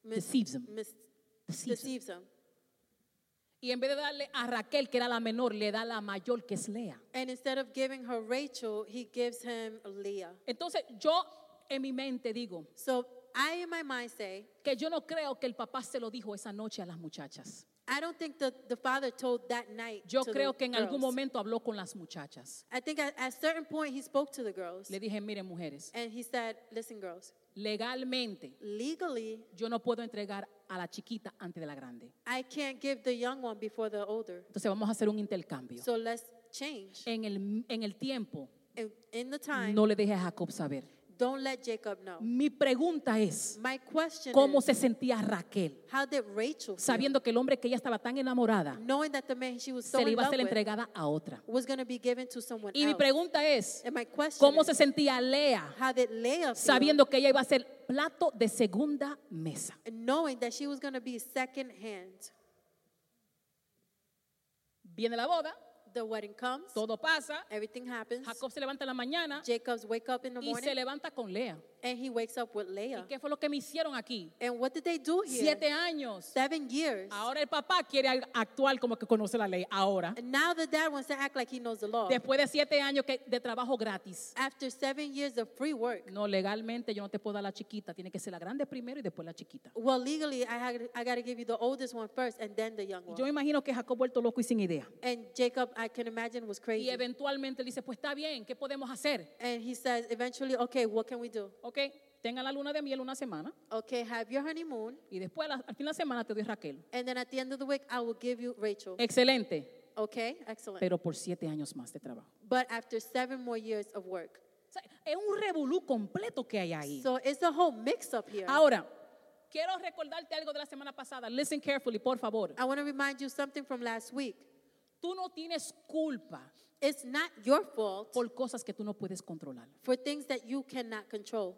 Speaker 3: mis-
Speaker 2: Deceives him.
Speaker 3: mis-
Speaker 2: Deceives him.
Speaker 3: deceives him.
Speaker 2: Y en vez de darle a Raquel, que era la menor, le da la mayor, que es Lea.
Speaker 3: And instead of giving her Rachel, he gives him Leah.
Speaker 2: Entonces yo en mi mente digo
Speaker 3: So I, in my mind, say,
Speaker 2: que yo no creo que el papá se lo dijo esa noche a las muchachas.
Speaker 3: I don't think the, the father told that night.
Speaker 2: Yo
Speaker 3: to the
Speaker 2: creo que en algún
Speaker 3: girls.
Speaker 2: momento habló con las muchachas.
Speaker 3: I think at, at a certain point he spoke to the girls
Speaker 2: Le dije, miren mujeres,
Speaker 3: and he said, Listen, girls,
Speaker 2: legalmente
Speaker 3: legally,
Speaker 2: yo no puedo entregar a la chiquita antes de la grande.
Speaker 3: I can't give the young one before the older.
Speaker 2: Entonces vamos a hacer un intercambio.
Speaker 3: So let's change.
Speaker 2: En el, en el tiempo,
Speaker 3: In, in the time,
Speaker 2: no le deje a Jacob saber.
Speaker 3: don't let Jacob know.
Speaker 2: Mi pregunta es,
Speaker 3: My question
Speaker 2: ¿cómo
Speaker 3: is,
Speaker 2: se sentía Raquel
Speaker 3: how did Rachel, feel,
Speaker 2: sabiendo que el hombre que ella estaba tan enamorada
Speaker 3: knowing that the man she was so
Speaker 2: se le
Speaker 3: in
Speaker 2: iba a
Speaker 3: love
Speaker 2: ser
Speaker 3: with
Speaker 2: entregada a otra?
Speaker 3: was going to be given to someone
Speaker 2: Y mi
Speaker 3: else?
Speaker 2: pregunta es,
Speaker 3: and my question
Speaker 2: ¿cómo se
Speaker 3: is,
Speaker 2: sentía Lea
Speaker 3: how did Leah feel,
Speaker 2: sabiendo que ella iba a ser plato de segunda mesa?
Speaker 3: knowing that she was going to be second hand?
Speaker 2: Viene la boda,
Speaker 3: The wedding comes,
Speaker 2: todo pasa,
Speaker 3: everything happens.
Speaker 2: Jacob se levanta en la mañana
Speaker 3: Jacob's wake up in the
Speaker 2: y
Speaker 3: morning
Speaker 2: se levanta con Lea.
Speaker 3: and he wakes up with
Speaker 2: ¿Y
Speaker 3: Leah.
Speaker 2: qué fue lo que me hicieron aquí?
Speaker 3: And what did they do here?
Speaker 2: Siete años.
Speaker 3: Seven years.
Speaker 2: Ahora el papá quiere al- actuar como que conoce la ley. Ahora,
Speaker 3: And now the dad wants to act like he knows the law.
Speaker 2: después de siete años que- de trabajo gratis.
Speaker 3: After seven years of free work.
Speaker 2: No, legalmente yo no te puedo dar la chiquita. Tiene que ser la grande primero y después la chiquita.
Speaker 3: Well, legally, I, had, I got to give you the oldest one first and then the young
Speaker 2: Y Yo me
Speaker 3: one.
Speaker 2: imagino que Jacob vuelto loco y sin idea.
Speaker 3: And Jacob, I can imagine, was
Speaker 2: Y
Speaker 3: crazy.
Speaker 2: eventualmente él dice, pues está bien, ¿qué podemos hacer?
Speaker 3: And he says, eventually, okay, what can we do?
Speaker 2: Ok, tenga la luna de miel una semana
Speaker 3: Okay, have your honeymoon.
Speaker 2: y después a la- al fin de la semana te doy Raquel.
Speaker 3: And then at the end of the week, I will give you Rachel.
Speaker 2: Excelente,
Speaker 3: Okay, excellent.
Speaker 2: pero por siete años más de trabajo.
Speaker 3: But after seven more years of work.
Speaker 2: O sea, es un revolú completo que hay ahí.
Speaker 3: So it's a whole mix up here.
Speaker 2: Ahora, quiero recordarte algo de la semana pasada. Listen carefully, por favor.
Speaker 3: I want to remind you something from last week.
Speaker 2: Tú no tienes culpa
Speaker 3: It's not your fault
Speaker 2: por cosas que tú no puedes controlar.
Speaker 3: for things that you cannot control.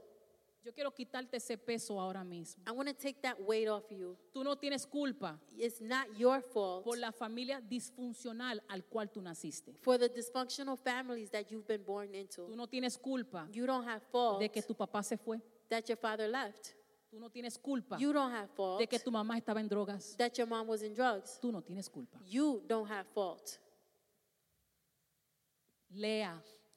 Speaker 2: Yo quiero quitarte ese peso ahora mismo.
Speaker 3: I want to take that weight off you.
Speaker 2: Tú no tienes culpa
Speaker 3: It's not your fault
Speaker 2: por la familia disfuncional al cual tú naciste.
Speaker 3: for the dysfunctional families that you've been born
Speaker 2: Tú
Speaker 3: into.
Speaker 2: no tienes culpa
Speaker 3: You don't have fault
Speaker 2: de que tu papá se fue.
Speaker 3: that your father left.
Speaker 2: Tú no tienes culpa
Speaker 3: You don't have fault
Speaker 2: de que tu mamá estaba en drogas.
Speaker 3: that your mom was in drugs.
Speaker 2: Tú no tienes culpa.
Speaker 3: You don't have fault.
Speaker 2: Lea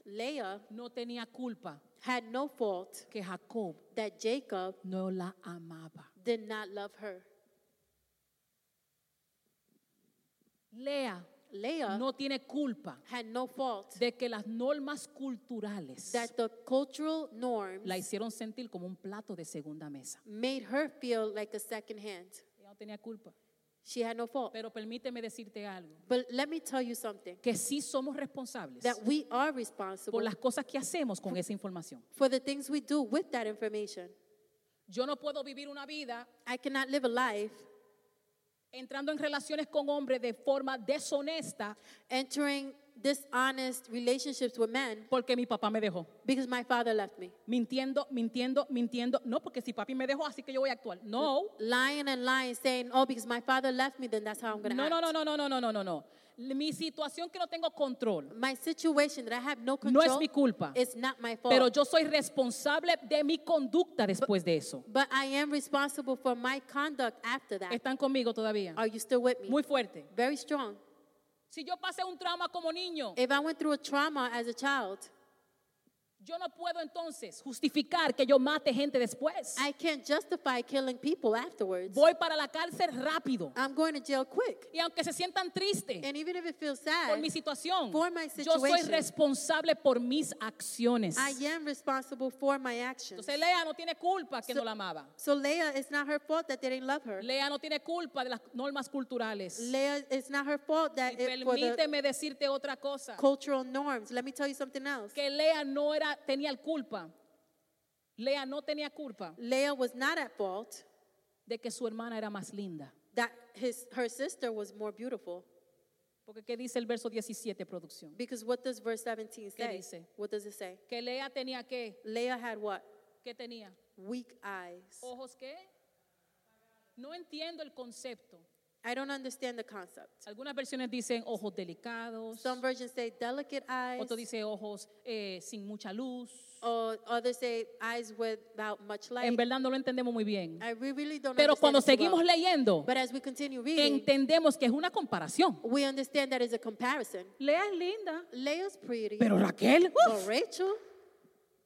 Speaker 3: Leah
Speaker 2: no tenía culpa
Speaker 3: had no fault
Speaker 2: que Jacob
Speaker 3: that Jacob
Speaker 2: no la amaba.
Speaker 3: did not love her.
Speaker 2: Lea
Speaker 3: Leah
Speaker 2: no tiene culpa
Speaker 3: had no fault
Speaker 2: de que las normas culturales
Speaker 3: that the cultural norms
Speaker 2: la hicieron sentir como un plato de segunda mesa.
Speaker 3: made her feel like a second hand.
Speaker 2: Ella no tenía culpa.
Speaker 3: She had no fault.
Speaker 2: Pero permíteme decirte algo,
Speaker 3: But let me tell you something
Speaker 2: que sí somos responsables
Speaker 3: that we are responsible
Speaker 2: por las cosas que hacemos con esa información.
Speaker 3: for the things we do with that information.
Speaker 2: Yo no puedo vivir una vida
Speaker 3: I cannot live a life
Speaker 2: entrando en relaciones con hombres de forma deshonesta
Speaker 3: entering dishonest relationships with men
Speaker 2: porque mi papá me dejó.
Speaker 3: because my father left me.
Speaker 2: Mintiendo, mintiendo, mintiendo. No, porque si papi me dejó, así que yo voy a actuar. No.
Speaker 3: Lying and lying, saying, oh, because my father left me, then that's how I'm going to
Speaker 2: No,
Speaker 3: act.
Speaker 2: no, no, no, no, no, no, no, no, no. Mi situación que no tengo control,
Speaker 3: My situation that I have no
Speaker 2: No
Speaker 3: control
Speaker 2: es mi culpa.
Speaker 3: it's not my fault.
Speaker 2: pero yo soy responsable de mi conducta después de eso.
Speaker 3: but I am responsible for my conduct after that.
Speaker 2: ¿Están conmigo todavía?
Speaker 3: Are you still with me?
Speaker 2: Muy fuerte.
Speaker 3: Very strong.
Speaker 2: Si yo pasé un trauma como niño,
Speaker 3: If I went through a trauma as a child,
Speaker 2: yo no puedo entonces justificar que yo mate gente después.
Speaker 3: I can't justify killing people afterwards.
Speaker 2: Voy para la cárcel rápido.
Speaker 3: I'm going to jail quick.
Speaker 2: Y aunque se sientan tristes
Speaker 3: And even if it feels
Speaker 2: por
Speaker 3: sad,
Speaker 2: mi situación,
Speaker 3: Eh, for my
Speaker 2: yo soy
Speaker 3: situation.
Speaker 2: responsable por mis acciones.
Speaker 3: I am responsible for my actions.
Speaker 2: Entonces Lea no tiene culpa que
Speaker 3: So-
Speaker 2: no la amaba.
Speaker 3: So Leah, it's not her fault that they didn't love her.
Speaker 2: Lea no tiene culpa de las normas culturales.
Speaker 3: Leah, it's not her fault
Speaker 2: Y
Speaker 3: that it, for the
Speaker 2: permíteme decirte otra cosa,
Speaker 3: Uh, cultural norms. Let me tell you something else.
Speaker 2: que Lea no era tenía culpa. Lea no tenía culpa
Speaker 3: Leah was not at fault
Speaker 2: de que su hermana era más linda.
Speaker 3: that his her sister was more beautiful.
Speaker 2: Porque qué dice el verso 17, producción?
Speaker 3: Because what does verse 17
Speaker 2: ¿Qué
Speaker 3: say?
Speaker 2: dice?
Speaker 3: What does it say?
Speaker 2: Que Lea tenía qué?
Speaker 3: Leah had what?
Speaker 2: ¿Qué tenía?
Speaker 3: Weak eyes.
Speaker 2: Ojos qué? No entiendo el concepto.
Speaker 3: I don't understand the concept.
Speaker 2: Algunas versiones dicen ojos delicados,
Speaker 3: Some versions say delicate eyes,
Speaker 2: otros dicen ojos eh, sin mucha luz.
Speaker 3: or others say eyes without much light.
Speaker 2: En verdad no lo entendemos muy bien.
Speaker 3: I re- really don't
Speaker 2: Pero
Speaker 3: understand
Speaker 2: cuando
Speaker 3: it too well.
Speaker 2: seguimos leyendo,
Speaker 3: But as we continue reading,
Speaker 2: entendemos que es una comparación.
Speaker 3: we understand that is a comparison.
Speaker 2: Lea es linda,
Speaker 3: Leah's pretty,
Speaker 2: pero Raquel,
Speaker 3: but
Speaker 2: uf,
Speaker 3: Rachel,
Speaker 2: ¡Uh!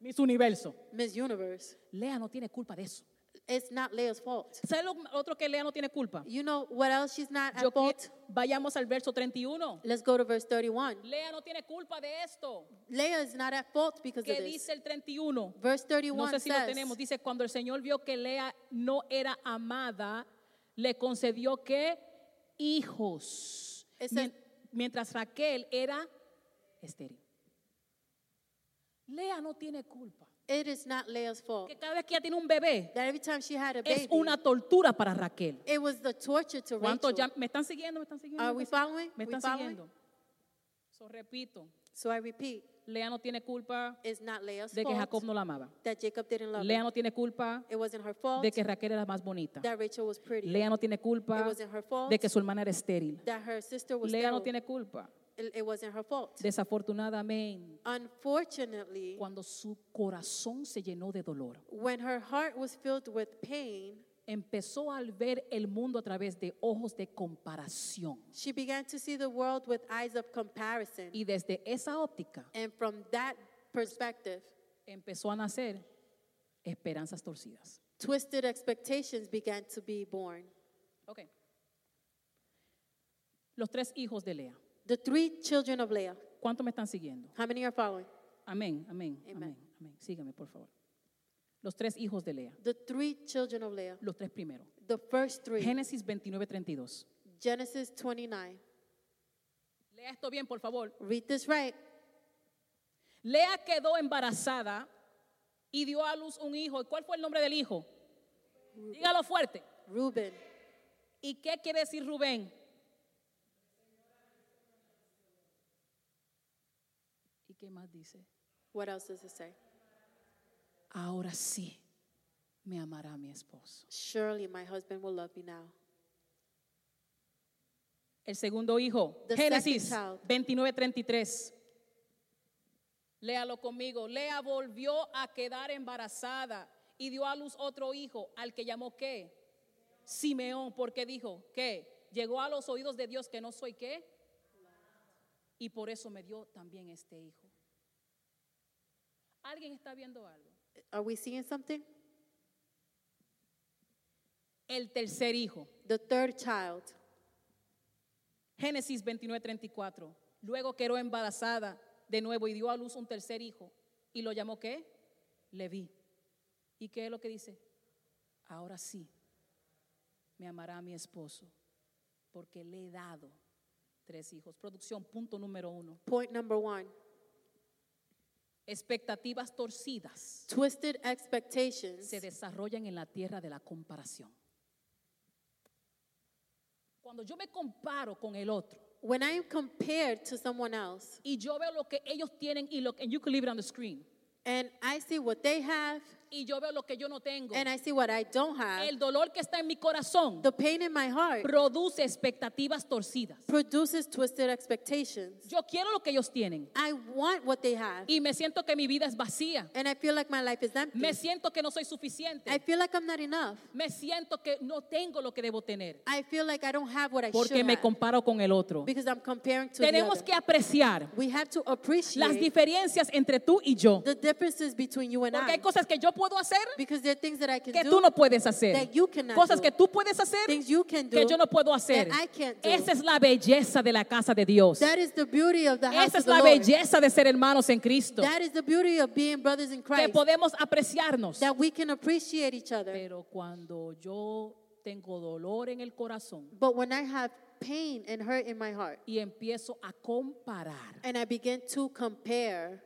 Speaker 2: Miss Universo.
Speaker 3: Miss Universe,
Speaker 2: Lea no tiene culpa de eso.
Speaker 3: it's not Leah's fault.
Speaker 2: ¿Sabes lo otro que Lea no tiene culpa?
Speaker 3: You know what else she's not
Speaker 2: Yo
Speaker 3: at
Speaker 2: que-
Speaker 3: fault?
Speaker 2: vayamos al verso 31.
Speaker 3: Let's go to verse 31.
Speaker 2: Lea no tiene culpa de esto.
Speaker 3: Leah is not at fault because of
Speaker 2: ¿Qué
Speaker 3: this.
Speaker 2: dice el 31?
Speaker 3: Verse
Speaker 2: No
Speaker 3: 31
Speaker 2: sé si lo
Speaker 3: says,
Speaker 2: tenemos. Dice, cuando el Señor vio que Lea no era amada, le concedió que hijos.
Speaker 3: It says-
Speaker 2: Mien- mientras Raquel era estéril. Lea no tiene culpa.
Speaker 3: it is not Leah's fault.
Speaker 2: Que cada vez que ella tiene un bebé,
Speaker 3: That every time she had a
Speaker 2: es
Speaker 3: baby,
Speaker 2: una tortura para Raquel.
Speaker 3: it was the torture to
Speaker 2: ¿Cuántos
Speaker 3: Rachel.
Speaker 2: ya me están siguiendo? ¿Me están siguiendo?
Speaker 3: Are
Speaker 2: ¿Me
Speaker 3: we
Speaker 2: están-
Speaker 3: following?
Speaker 2: ¿Me
Speaker 3: We
Speaker 2: están
Speaker 3: following?
Speaker 2: siguiendo? So, repito,
Speaker 3: So I repeat,
Speaker 2: Lea no tiene culpa
Speaker 3: it's not Leah's
Speaker 2: de que
Speaker 3: fault
Speaker 2: Jacob no la amaba.
Speaker 3: that Jacob didn't love
Speaker 2: Lea
Speaker 3: her.
Speaker 2: no tiene culpa
Speaker 3: It wasn't her fault
Speaker 2: de que Raquel era más bonita.
Speaker 3: that Rachel was pretty.
Speaker 2: Lea no tiene
Speaker 3: It
Speaker 2: culpa
Speaker 3: wasn't her fault.
Speaker 2: de que su hermana era estéril.
Speaker 3: that her sister was
Speaker 2: Lea no
Speaker 3: sterile.
Speaker 2: tiene culpa.
Speaker 3: It- it wasn't her fault.
Speaker 2: Desafortunadamente,
Speaker 3: Unfortunately,
Speaker 2: cuando su corazón se llenó de dolor,
Speaker 3: when her heart was filled with pain,
Speaker 2: empezó a ver el mundo a través de ojos de comparación.
Speaker 3: she began to see the world with eyes of comparison.
Speaker 2: Y desde esa óptica
Speaker 3: And from that perspective,
Speaker 2: empezó a nacer esperanzas torcidas.
Speaker 3: twisted expectations began to be born.
Speaker 2: Ok. Los tres hijos de Lea.
Speaker 3: The three children of Leah.
Speaker 2: ¿Cuántos me están siguiendo?
Speaker 3: How many are following?
Speaker 2: Amén, amén,
Speaker 3: Amen.
Speaker 2: amén, amén. Sígueme, por favor. Los tres hijos de Lea.
Speaker 3: The three children of Leah.
Speaker 2: Los tres primeros.
Speaker 3: The first three.
Speaker 2: Génesis 29, 32.
Speaker 3: Genesis 29.
Speaker 2: Lea esto bien, por favor.
Speaker 3: Read this right.
Speaker 2: Lea quedó embarazada y dio a luz un hijo. ¿Y cuál fue el nombre del hijo? Dígalo fuerte.
Speaker 3: Reuben.
Speaker 2: ¿Y qué quiere decir Rubén? ¿Y qué más dice?
Speaker 3: What else does it say?
Speaker 2: Ahora sí me amará mi esposo.
Speaker 3: Surely my husband will love me now.
Speaker 2: El segundo hijo,
Speaker 3: The
Speaker 2: Génesis
Speaker 3: second child.
Speaker 2: 29:33. Léalo conmigo. Lea volvió a quedar embarazada y dio a luz otro hijo, al que llamó qué? Simeón, porque dijo que llegó a los oídos de Dios que no soy qué. Y por eso me dio también este hijo. ¿Alguien está viendo algo?
Speaker 3: Are we seeing something?
Speaker 2: El tercer hijo.
Speaker 3: The third child.
Speaker 2: Génesis 29, 34. Luego quedó embarazada de nuevo y dio a luz un tercer hijo. ¿Y lo llamó qué? Leví. ¿Y qué es lo que dice? Ahora sí, me amará mi esposo, porque le he dado tres hijos. Producción, punto número uno.
Speaker 3: Point number one
Speaker 2: Expectativas torcidas
Speaker 3: twisted expectations
Speaker 2: se desarrollan en la tierra de la comparación. Cuando yo me comparo con el otro,
Speaker 3: When I am compared to someone else
Speaker 2: y yo veo lo que ellos tienen y lo que, and you can leave it on the screen,
Speaker 3: and I see what they have
Speaker 2: y yo veo lo que yo no tengo,
Speaker 3: and I see what I don't have,
Speaker 2: el dolor que está en mi corazón
Speaker 3: the pain in my heart
Speaker 2: produce expectativas torcidas.
Speaker 3: produces twisted expectations.
Speaker 2: Yo quiero lo que ellos tienen
Speaker 3: I want what they have,
Speaker 2: y me siento que mi vida es vacía,
Speaker 3: and I feel like my life is empty.
Speaker 2: me siento que no soy
Speaker 3: I
Speaker 2: suficiente,
Speaker 3: feel like I'm not enough.
Speaker 2: me siento que no tengo lo que debo tener
Speaker 3: I feel like I don't have what I
Speaker 2: porque
Speaker 3: should
Speaker 2: me
Speaker 3: have
Speaker 2: comparo con el otro.
Speaker 3: because I'm comparing to the
Speaker 2: Tenemos
Speaker 3: other.
Speaker 2: que apreciar
Speaker 3: We have to
Speaker 2: las
Speaker 3: appreciate
Speaker 2: diferencias entre tú y yo.
Speaker 3: the differences between you and
Speaker 2: Porque
Speaker 3: I
Speaker 2: hay cosas que yo puedo hacer
Speaker 3: because there are things that I can
Speaker 2: que
Speaker 3: do
Speaker 2: tú no puedes hacer.
Speaker 3: that you cannot
Speaker 2: Cosas
Speaker 3: do.
Speaker 2: que tú puedes hacer
Speaker 3: things you can do
Speaker 2: que yo no puedo hacer.
Speaker 3: that I can't do.
Speaker 2: Esa es la belleza de la casa de Dios.
Speaker 3: That is the beauty of the
Speaker 2: Esa
Speaker 3: house of
Speaker 2: es
Speaker 3: the
Speaker 2: la
Speaker 3: Lord.
Speaker 2: belleza de ser hermanos en Cristo.
Speaker 3: That is the beauty of being brothers in
Speaker 2: Que
Speaker 3: Christ.
Speaker 2: podemos apreciarnos.
Speaker 3: That we can appreciate each other.
Speaker 2: Pero cuando yo tengo dolor en el corazón
Speaker 3: But when I have pain and hurt in my heart
Speaker 2: y empiezo a comparar,
Speaker 3: and I begin to compare,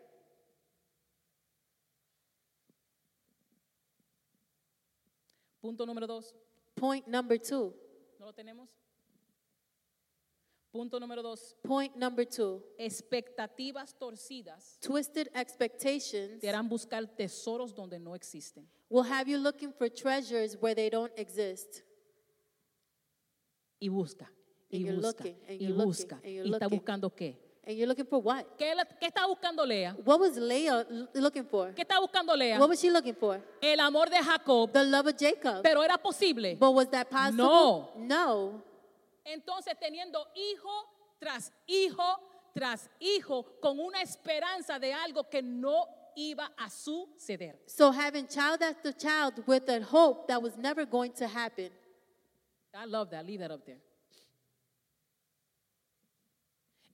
Speaker 2: punto número dos,
Speaker 3: point number two.
Speaker 2: ¿no lo tenemos? Punto número dos,
Speaker 3: Point number two.
Speaker 2: expectativas torcidas
Speaker 3: Twisted expectations
Speaker 2: te harán buscar tesoros donde no existen.
Speaker 3: will have you looking for treasures where they don't exist.
Speaker 2: Y busca, y
Speaker 3: And you're
Speaker 2: busca,
Speaker 3: looking, and
Speaker 2: y
Speaker 3: you're
Speaker 2: busca.
Speaker 3: looking, and you're
Speaker 2: ¿Y está
Speaker 3: looking.
Speaker 2: buscando qué?
Speaker 3: And you're looking for what?
Speaker 2: ¿Qué, la- qué está buscando Lea?
Speaker 3: What was Leah l- looking for?
Speaker 2: ¿Qué está buscando Lea?
Speaker 3: What was she looking for?
Speaker 2: El amor de Jacob,
Speaker 3: The love of Jacob.
Speaker 2: pero era posible.
Speaker 3: But was that possible? No.
Speaker 2: Entonces, teniendo hijo tras hijo tras hijo, con una esperanza de algo que no iba a suceder.
Speaker 3: So having child after child with a hope that was never going to happen.
Speaker 2: I love that, leave that up there.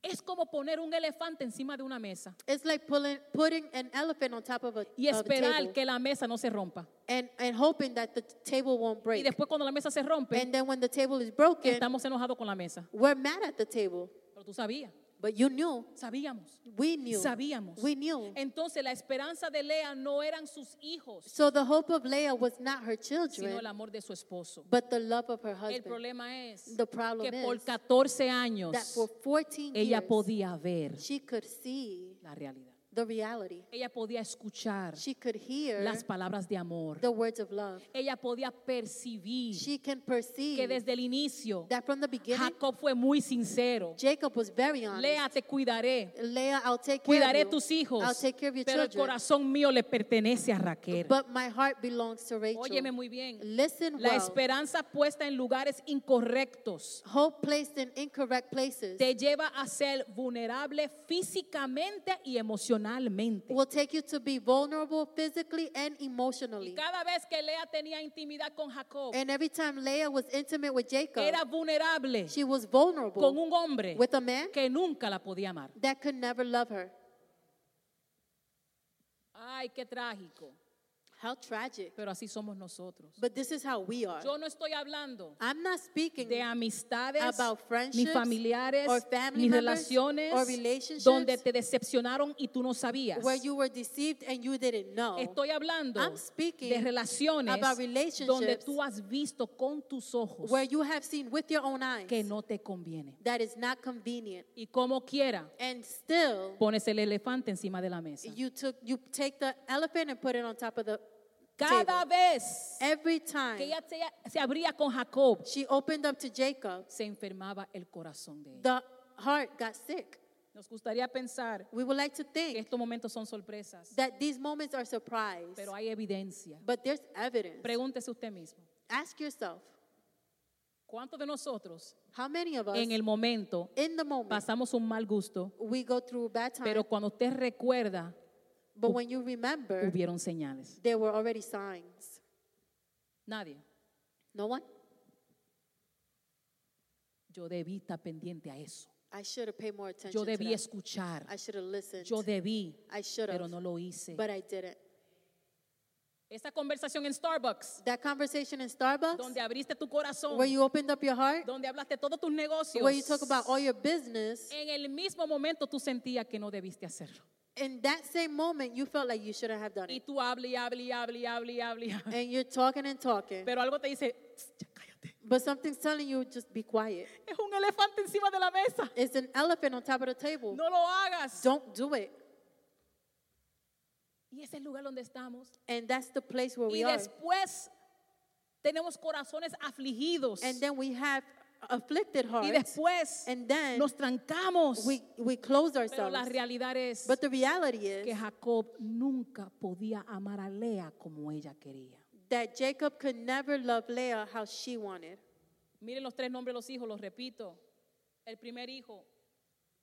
Speaker 2: Es como poner un elefante encima de una mesa.
Speaker 3: It's like pulling, putting an elephant on top of a,
Speaker 2: y
Speaker 3: of a table
Speaker 2: esperar que la mesa no se rompa.
Speaker 3: and, and hoping that the table won't
Speaker 2: Y
Speaker 3: break.
Speaker 2: después cuando la mesa se rompe,
Speaker 3: and then when the table is broken,
Speaker 2: estamos enojados con la mesa.
Speaker 3: we're mad at the table.
Speaker 2: Pero tú sabías,
Speaker 3: But you knew.
Speaker 2: sabíamos,
Speaker 3: We knew.
Speaker 2: sabíamos. Eh,
Speaker 3: We knew.
Speaker 2: Entonces la esperanza de Lea no eran sus hijos,
Speaker 3: so the hope of Leah was not her
Speaker 2: sino
Speaker 3: children,
Speaker 2: el amor de su esposo.
Speaker 3: but the love of her
Speaker 2: El
Speaker 3: husband.
Speaker 2: problema es
Speaker 3: The problem
Speaker 2: que por
Speaker 3: is
Speaker 2: 14 años
Speaker 3: That for 14
Speaker 2: ella
Speaker 3: years,
Speaker 2: podía ver
Speaker 3: she could see
Speaker 2: la realidad.
Speaker 3: the reality.
Speaker 2: Ella podía escuchar
Speaker 3: She could hear
Speaker 2: las palabras de amor.
Speaker 3: the words of love.
Speaker 2: Ella podía percibir
Speaker 3: She can perceive
Speaker 2: que desde el inicio
Speaker 3: that from the beginning,
Speaker 2: Jacob fue muy sincero.
Speaker 3: Jacob was very honest.
Speaker 2: Lea, te cuidaré.
Speaker 3: Leah, I'll take care
Speaker 2: Cuidaré
Speaker 3: of you.
Speaker 2: tus hijos.
Speaker 3: I'll take care of your
Speaker 2: pero el
Speaker 3: children.
Speaker 2: corazón mío le pertenece a Raquel.
Speaker 3: But my heart belongs to Rachel.
Speaker 2: Óyeme muy bien.
Speaker 3: Listen
Speaker 2: La
Speaker 3: well.
Speaker 2: esperanza puesta en lugares incorrectos
Speaker 3: Hope placed in incorrect places
Speaker 2: te lleva a ser vulnerable físicamente y emocionalmente.
Speaker 3: will take you to be vulnerable physically and
Speaker 2: Y
Speaker 3: emotionally.
Speaker 2: cada vez que Lea tenía intimidad con Jacob,
Speaker 3: And every time Leah was intimate with Jacob,
Speaker 2: era vulnerable
Speaker 3: she was
Speaker 2: con
Speaker 3: vulnerable
Speaker 2: un hombre
Speaker 3: with a man
Speaker 2: que nunca la podía amar.
Speaker 3: that could never love her.
Speaker 2: Ay, qué trágico.
Speaker 3: How tragic.
Speaker 2: Pero así somos nosotros.
Speaker 3: But this is how we are.
Speaker 2: Yo no estoy hablando
Speaker 3: I'm not speaking
Speaker 2: de amistades,
Speaker 3: about
Speaker 2: ni
Speaker 3: friendships
Speaker 2: familiares,
Speaker 3: or family
Speaker 2: ni
Speaker 3: members
Speaker 2: relaciones
Speaker 3: or relationships
Speaker 2: donde te decepcionaron y tú no sabías.
Speaker 3: where you were deceived and you didn't know.
Speaker 2: Estoy hablando
Speaker 3: I'm speaking
Speaker 2: de relaciones
Speaker 3: about relationships
Speaker 2: donde tú has visto con tus ojos
Speaker 3: where you have seen with your own eyes
Speaker 2: que no te conviene.
Speaker 3: that is not convenient.
Speaker 2: Y como quiera,
Speaker 3: And still,
Speaker 2: pones el elefante encima de la mesa.
Speaker 3: you took you take the elephant and put it on top of the
Speaker 2: Cada
Speaker 3: table.
Speaker 2: vez
Speaker 3: Every
Speaker 2: que
Speaker 3: time
Speaker 2: ella se, se abría con Jacob,
Speaker 3: she opened up to Jacob,
Speaker 2: se enfermaba el corazón de ella.
Speaker 3: the heart got sick.
Speaker 2: Nos gustaría pensar
Speaker 3: We would like to
Speaker 2: que
Speaker 3: think
Speaker 2: estos momentos son sorpresas,
Speaker 3: that these moments are surprise,
Speaker 2: pero hay evidencia.
Speaker 3: but there's evidence.
Speaker 2: Pregúntese usted mismo.
Speaker 3: Ask yourself,
Speaker 2: ¿Cuántos de nosotros
Speaker 3: how many of us
Speaker 2: en el momento
Speaker 3: in the moment
Speaker 2: pasamos un mal gusto,
Speaker 3: we go through bad times,
Speaker 2: pero cuando usted recuerda,
Speaker 3: but when you remember,
Speaker 2: hubieron señales?
Speaker 3: there were already signs.
Speaker 2: Nadie.
Speaker 3: No one.
Speaker 2: Yo debí estar pendiente a eso.
Speaker 3: I should have paid more attention.
Speaker 2: Yo
Speaker 3: to
Speaker 2: debí
Speaker 3: that.
Speaker 2: escuchar.
Speaker 3: I should have listened.
Speaker 2: Yo debí,
Speaker 3: I should have.
Speaker 2: pero no lo hice.
Speaker 3: But I didn't.
Speaker 2: Esa conversación en Starbucks,
Speaker 3: That conversation in Starbucks,
Speaker 2: donde abriste tu corazón,
Speaker 3: where you opened up your heart,
Speaker 2: donde hablaste todos tus negocios,
Speaker 3: where you talk about all your business,
Speaker 2: en el mismo momento tú sentías que no debiste hacerlo.
Speaker 3: in that same moment, you felt like you shouldn't have done
Speaker 2: Y
Speaker 3: it.
Speaker 2: tú hablas y hablas y hablas y hablas y hablas. y hablas.
Speaker 3: And you're talking and talking,
Speaker 2: Pero algo te dice, "Tss, ya cállate.
Speaker 3: but something's telling you just be quiet.
Speaker 2: Es un elefante encima de la la mesa.
Speaker 3: It's an elephant on top of the table.
Speaker 2: No lo hagas.
Speaker 3: Don't do it.
Speaker 2: Y ese es el lugar donde estamos.
Speaker 3: And that's the place where
Speaker 2: Y
Speaker 3: we are.
Speaker 2: después tenemos corazones afligidos.
Speaker 3: And then we have afflicted
Speaker 2: Y
Speaker 3: hearts.
Speaker 2: después
Speaker 3: And then
Speaker 2: nos trancamos.
Speaker 3: we, we close
Speaker 2: Pero
Speaker 3: ourselves.
Speaker 2: la realidad es
Speaker 3: But the reality
Speaker 2: que
Speaker 3: is
Speaker 2: Jacob nunca podía amar a Lea como ella quería.
Speaker 3: that Jacob could never love Leah how she wanted.
Speaker 2: Miren los tres nombres de los hijos, los repito. El primer hijo,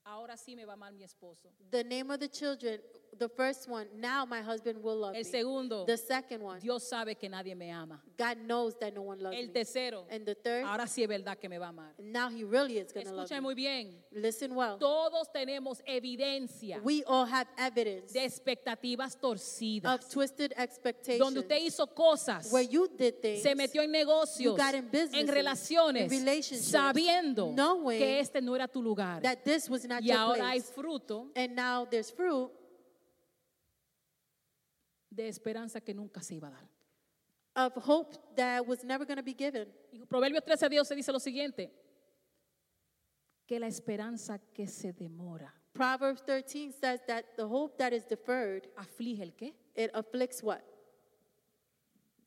Speaker 2: ahora sí me va mal mi esposo.
Speaker 3: The name of the children, the first one, now my husband will love
Speaker 2: El
Speaker 3: me.
Speaker 2: segundo,
Speaker 3: The second one,
Speaker 2: Dios sabe que nadie me ama.
Speaker 3: God knows that no one loves
Speaker 2: El
Speaker 3: me.
Speaker 2: tercero,
Speaker 3: And the third,
Speaker 2: ahora sí es verdad que me va a amar.
Speaker 3: now he really is going to love
Speaker 2: Escuchen
Speaker 3: me.
Speaker 2: muy bien.
Speaker 3: Listen well.
Speaker 2: Todos tenemos evidencia
Speaker 3: We all have evidence
Speaker 2: de expectativas
Speaker 3: of
Speaker 2: torcidas.
Speaker 3: twisted expectations
Speaker 2: Donde usted hizo cosas,
Speaker 3: where you did things
Speaker 2: se metió en negocios,
Speaker 3: You got in businesses,
Speaker 2: en relaciones,
Speaker 3: in relationships,
Speaker 2: sabiendo
Speaker 3: knowing
Speaker 2: que este no era tu lugar.
Speaker 3: that this was not
Speaker 2: Y
Speaker 3: your
Speaker 2: ahora hay
Speaker 3: place.
Speaker 2: fruto
Speaker 3: And now there's fruit
Speaker 2: de esperanza que nunca se iba a dar.
Speaker 3: of hope that was never going to be given.
Speaker 2: Y Proverbios 13, Dios se dice lo siguiente, que la esperanza que se demora
Speaker 3: Proverbs 13 says that the hope that is deferred,
Speaker 2: aflige el qué?
Speaker 3: it afflicts what?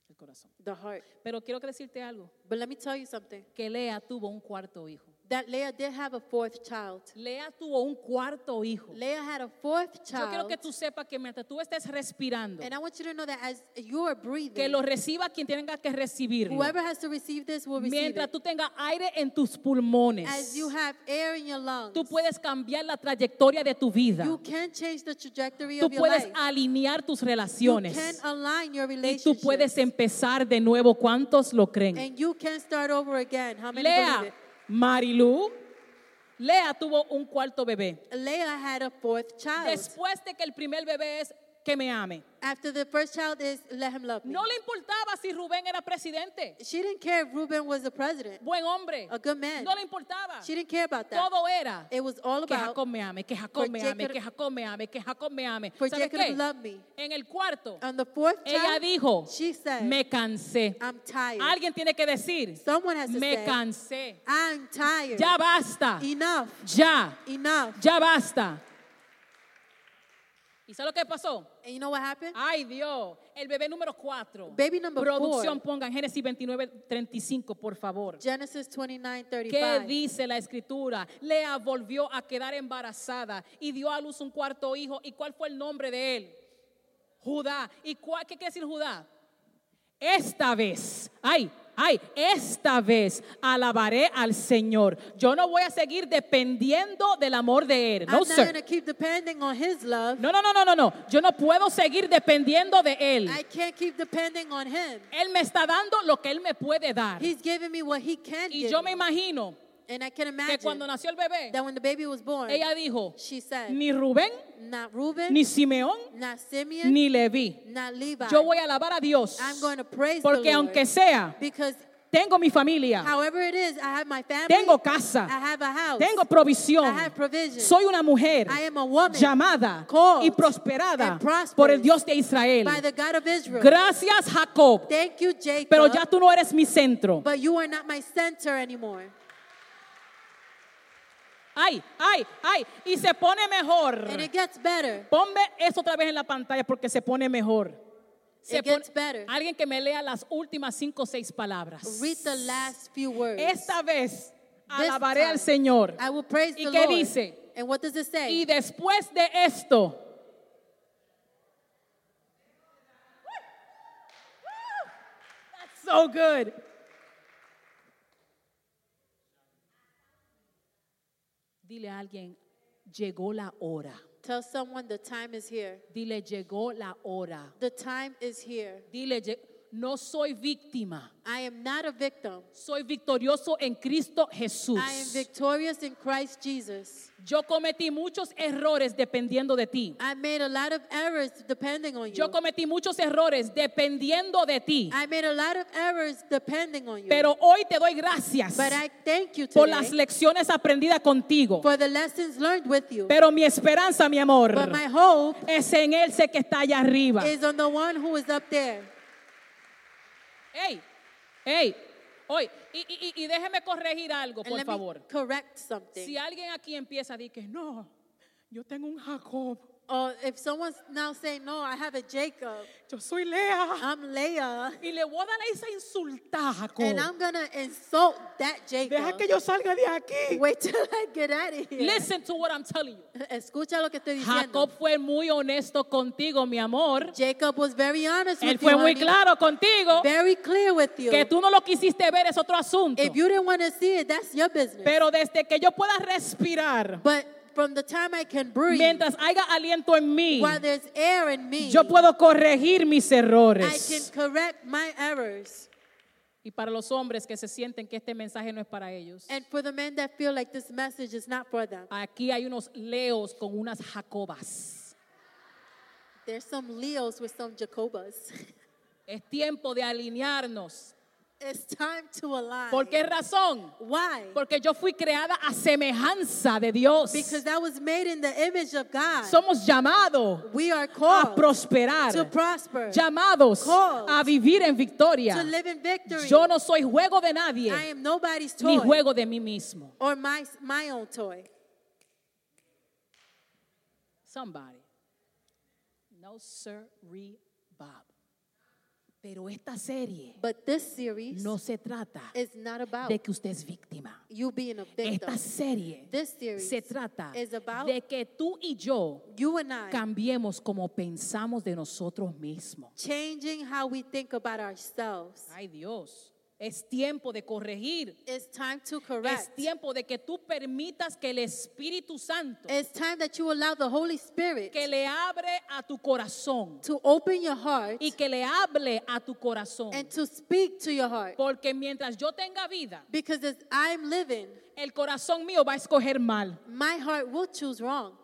Speaker 2: El corazón.
Speaker 3: The heart.
Speaker 2: Pero quiero que decirte algo,
Speaker 3: But let me tell you something.
Speaker 2: que Lea tuvo un cuarto hijo.
Speaker 3: That Leah did have a fourth child.
Speaker 2: Lea tuvo un cuarto hijo.
Speaker 3: Leah had a fourth
Speaker 2: Yo quiero
Speaker 3: child.
Speaker 2: que tú sepas que mientras tú estés respirando,
Speaker 3: And I want you to know that as you are
Speaker 2: que
Speaker 3: breathing,
Speaker 2: lo reciba quien tenga que recibirlo.
Speaker 3: whoever has to receive this will receive
Speaker 2: Mientras
Speaker 3: it.
Speaker 2: tú tengas aire en tus pulmones,
Speaker 3: As you have air in your lungs,
Speaker 2: tú puedes cambiar la trayectoria de tu vida.
Speaker 3: you can change the trajectory
Speaker 2: Tú
Speaker 3: of your
Speaker 2: puedes
Speaker 3: life.
Speaker 2: alinear tus
Speaker 3: You can
Speaker 2: relaciones.
Speaker 3: align your
Speaker 2: Y tú
Speaker 3: relationship.
Speaker 2: puedes empezar de nuevo. ¿Cuántos lo creen?
Speaker 3: And you can start over again. How many believe
Speaker 2: Lea, Marilu, Lea tuvo un cuarto bebé.
Speaker 3: it? Leah had a fourth child.
Speaker 2: Después de que el primer bebé es que me ame.
Speaker 3: After the first child is let him love me.
Speaker 2: No le importaba si Rubén era presidente,
Speaker 3: She didn't care if Reuben was the president.
Speaker 2: buen hombre.
Speaker 3: A good man.
Speaker 2: No le importaba.
Speaker 3: She didn't care about that.
Speaker 2: Todo era
Speaker 3: It was all
Speaker 2: que
Speaker 3: about
Speaker 2: Jacob me ame, que Jacob
Speaker 3: For
Speaker 2: me
Speaker 3: Jacob-
Speaker 2: ame, que Jacob me ame, que Jacob me ame.
Speaker 3: For
Speaker 2: ¿Sabe
Speaker 3: Jacob
Speaker 2: qué?
Speaker 3: loved me.
Speaker 2: En el cuarto,
Speaker 3: on the fourth
Speaker 2: ella
Speaker 3: child.
Speaker 2: dijo,
Speaker 3: she said,
Speaker 2: me cansé.
Speaker 3: I'm tired.
Speaker 2: Alguien tiene que decir,
Speaker 3: Someone has to
Speaker 2: me
Speaker 3: say,
Speaker 2: cansé.
Speaker 3: I'm tired.
Speaker 2: Ya basta.
Speaker 3: Enough.
Speaker 2: Ya,
Speaker 3: Enough.
Speaker 2: ya basta. ¿Y sabe lo que pasó?
Speaker 3: And you know what happened?
Speaker 2: Ay Dios, el bebé número 4.
Speaker 3: Baby number four.
Speaker 2: Producción pongan Génesis 29, 35, por favor.
Speaker 3: Genesis 29,
Speaker 2: ¿Qué
Speaker 3: 35.
Speaker 2: dice la escritura? Lea volvió a quedar embarazada y dio a luz un cuarto hijo. ¿Y cuál fue el nombre de él? Judá. ¿Y cuál, qué quiere decir Judá? Esta vez, ay, ay, esta vez alabaré al Señor. Yo no voy a seguir dependiendo del amor de él. No,
Speaker 3: I'm not going
Speaker 2: sir.
Speaker 3: to keep depending on his love.
Speaker 2: No, no, no, no, no, no. Yo no puedo seguir dependiendo de él.
Speaker 3: I can't keep depending on him.
Speaker 2: Él me está dando lo que él me puede dar.
Speaker 3: He's giving me what he can
Speaker 2: Y
Speaker 3: give
Speaker 2: yo
Speaker 3: me.
Speaker 2: me imagino
Speaker 3: And I can
Speaker 2: que
Speaker 3: imagine
Speaker 2: cuando nació el bebé,
Speaker 3: that when the baby was born,
Speaker 2: ella dijo,
Speaker 3: she said,
Speaker 2: ni Rubén,
Speaker 3: not Reuben,
Speaker 2: ni Simeón,
Speaker 3: not Simeon,
Speaker 2: ni Leví.
Speaker 3: not Levi.
Speaker 2: Yo voy a alabar a Dios.
Speaker 3: I'm going to praise
Speaker 2: Porque
Speaker 3: the Lord
Speaker 2: aunque sea,
Speaker 3: because
Speaker 2: tengo mi familia,
Speaker 3: however it is, I have my family,
Speaker 2: tengo
Speaker 3: I
Speaker 2: casa,
Speaker 3: have a house,
Speaker 2: tengo provisión.
Speaker 3: I have provision.
Speaker 2: Soy una mujer
Speaker 3: I am a woman
Speaker 2: llamada
Speaker 3: called
Speaker 2: y prosperada
Speaker 3: and prosperous
Speaker 2: por el Dios de Israel.
Speaker 3: by the God of Israel.
Speaker 2: Gracias, Jacob.
Speaker 3: Thank you, Jacob,
Speaker 2: Pero ya tú no eres mi centro.
Speaker 3: but you are not my center anymore.
Speaker 2: Ay, ay, ay. Y se pone mejor.
Speaker 3: And it gets better.
Speaker 2: Ponme eso otra vez en la pantalla porque se pone mejor. Se
Speaker 3: It gets better.
Speaker 2: Alguien que me lea las últimas cinco o seis palabras.
Speaker 3: Read the last few words.
Speaker 2: Esta vez
Speaker 3: This
Speaker 2: alabaré
Speaker 3: time,
Speaker 2: al Señor.
Speaker 3: I will praise
Speaker 2: ¿Y
Speaker 3: the
Speaker 2: qué
Speaker 3: Lord.
Speaker 2: dice?
Speaker 3: And what does it say?
Speaker 2: Y después de esto, That's so good. Dile a alguien, llegó la hora.
Speaker 3: Tell someone the time is here.
Speaker 2: Dile, llegó la hora.
Speaker 3: The time is here.
Speaker 2: Dile, "Lle- no soy víctima.
Speaker 3: I am not a victim.
Speaker 2: Soy victorioso en Cristo Jesús.
Speaker 3: I am victorious in Christ Jesus.
Speaker 2: Yo cometí muchos errores dependiendo de ti.
Speaker 3: I made a lot of errors depending on you.
Speaker 2: Yo cometí muchos errores dependiendo de ti.
Speaker 3: I made a lot of errors depending on you.
Speaker 2: Pero hoy te doy gracias
Speaker 3: but I thank you
Speaker 2: por
Speaker 3: today
Speaker 2: las lecciones aprendidas contigo.
Speaker 3: for the lessons learned with you.
Speaker 2: Pero mi esperanza, mi amor,
Speaker 3: but my hope
Speaker 2: es en Él sé que está allá arriba.
Speaker 3: is on the one who is up there.
Speaker 2: Ey, ey, Hoy, y, y- y- y déjeme corregir algo,
Speaker 3: And
Speaker 2: por
Speaker 3: let me
Speaker 2: favor.
Speaker 3: correct something.
Speaker 2: Si alguien aquí empieza a decir que no, yo tengo un Jacob,
Speaker 3: Or if someone's now saying, No, I have a Jacob,
Speaker 2: yo soy Lea,
Speaker 3: I'm Leah,
Speaker 2: y le voy a dar esa insultada, Jacob.
Speaker 3: and I'm gonna insult that Jacob.
Speaker 2: Deja que yo salga de aquí.
Speaker 3: Wait till I get out of here.
Speaker 2: Listen to what I'm telling you.
Speaker 3: Escucha lo que estoy diciendo.
Speaker 2: Jacob fue muy honesto contigo, mi amor.
Speaker 3: Jacob was very honest
Speaker 2: Él
Speaker 3: with
Speaker 2: fue
Speaker 3: you.
Speaker 2: muy
Speaker 3: honey.
Speaker 2: claro contigo.
Speaker 3: Very clear with you.
Speaker 2: Que tú no lo quisiste ver es otro asunto.
Speaker 3: If you didn't want to see it, that's your business.
Speaker 2: Pero desde que yo pueda respirar,
Speaker 3: but from the time I can breathe,
Speaker 2: mientras haya aliento en mí,
Speaker 3: while there's air in me,
Speaker 2: yo puedo corregir mis
Speaker 3: I can
Speaker 2: errores.
Speaker 3: correct my errors.
Speaker 2: Y para los hombres que se sienten que este mensaje no es para ellos,
Speaker 3: And for the men that feel like this message is not for them,
Speaker 2: aquí hay unos leos con unas jacobas.
Speaker 3: there's some Leos with some Jacobas.
Speaker 2: Es tiempo de alinearnos.
Speaker 3: it's time to align.
Speaker 2: ¿Por qué razón?
Speaker 3: Why?
Speaker 2: Porque yo fui creada a semejanza de Dios.
Speaker 3: Because I was made in the image of God.
Speaker 2: Somos llamados
Speaker 3: we are called
Speaker 2: a prosperar,
Speaker 3: to prosper,
Speaker 2: llamados
Speaker 3: Called
Speaker 2: a vivir en victoria.
Speaker 3: to live in victory.
Speaker 2: Yo no soy juego de
Speaker 3: I
Speaker 2: nadie,
Speaker 3: am nobody's toy
Speaker 2: ni juego de mí mismo.
Speaker 3: or my, my own toy.
Speaker 2: Somebody. No, sir, re Bob. Pero esta serie
Speaker 3: But this series
Speaker 2: no se trata
Speaker 3: is not about
Speaker 2: de que usted es víctima.
Speaker 3: you being a victim.
Speaker 2: Esta serie
Speaker 3: This series
Speaker 2: se trata
Speaker 3: is about
Speaker 2: de que tú y yo
Speaker 3: you and I
Speaker 2: cambiemos como pensamos de nosotros mismos.
Speaker 3: changing how we think about ourselves.
Speaker 2: Ay Dios, es tiempo de corregir.
Speaker 3: It's time to
Speaker 2: Es
Speaker 3: correct.
Speaker 2: tiempo de que tú permitas que el Espíritu Santo
Speaker 3: It's time that you allow the Holy Spirit
Speaker 2: que le abre a tu corazón
Speaker 3: to open your heart
Speaker 2: y que le hable a tu corazón.
Speaker 3: and to speak to your heart.
Speaker 2: Porque mientras yo tenga vida,
Speaker 3: Because as I'm living,
Speaker 2: el corazón mío va a escoger mal.
Speaker 3: my heart will choose wrong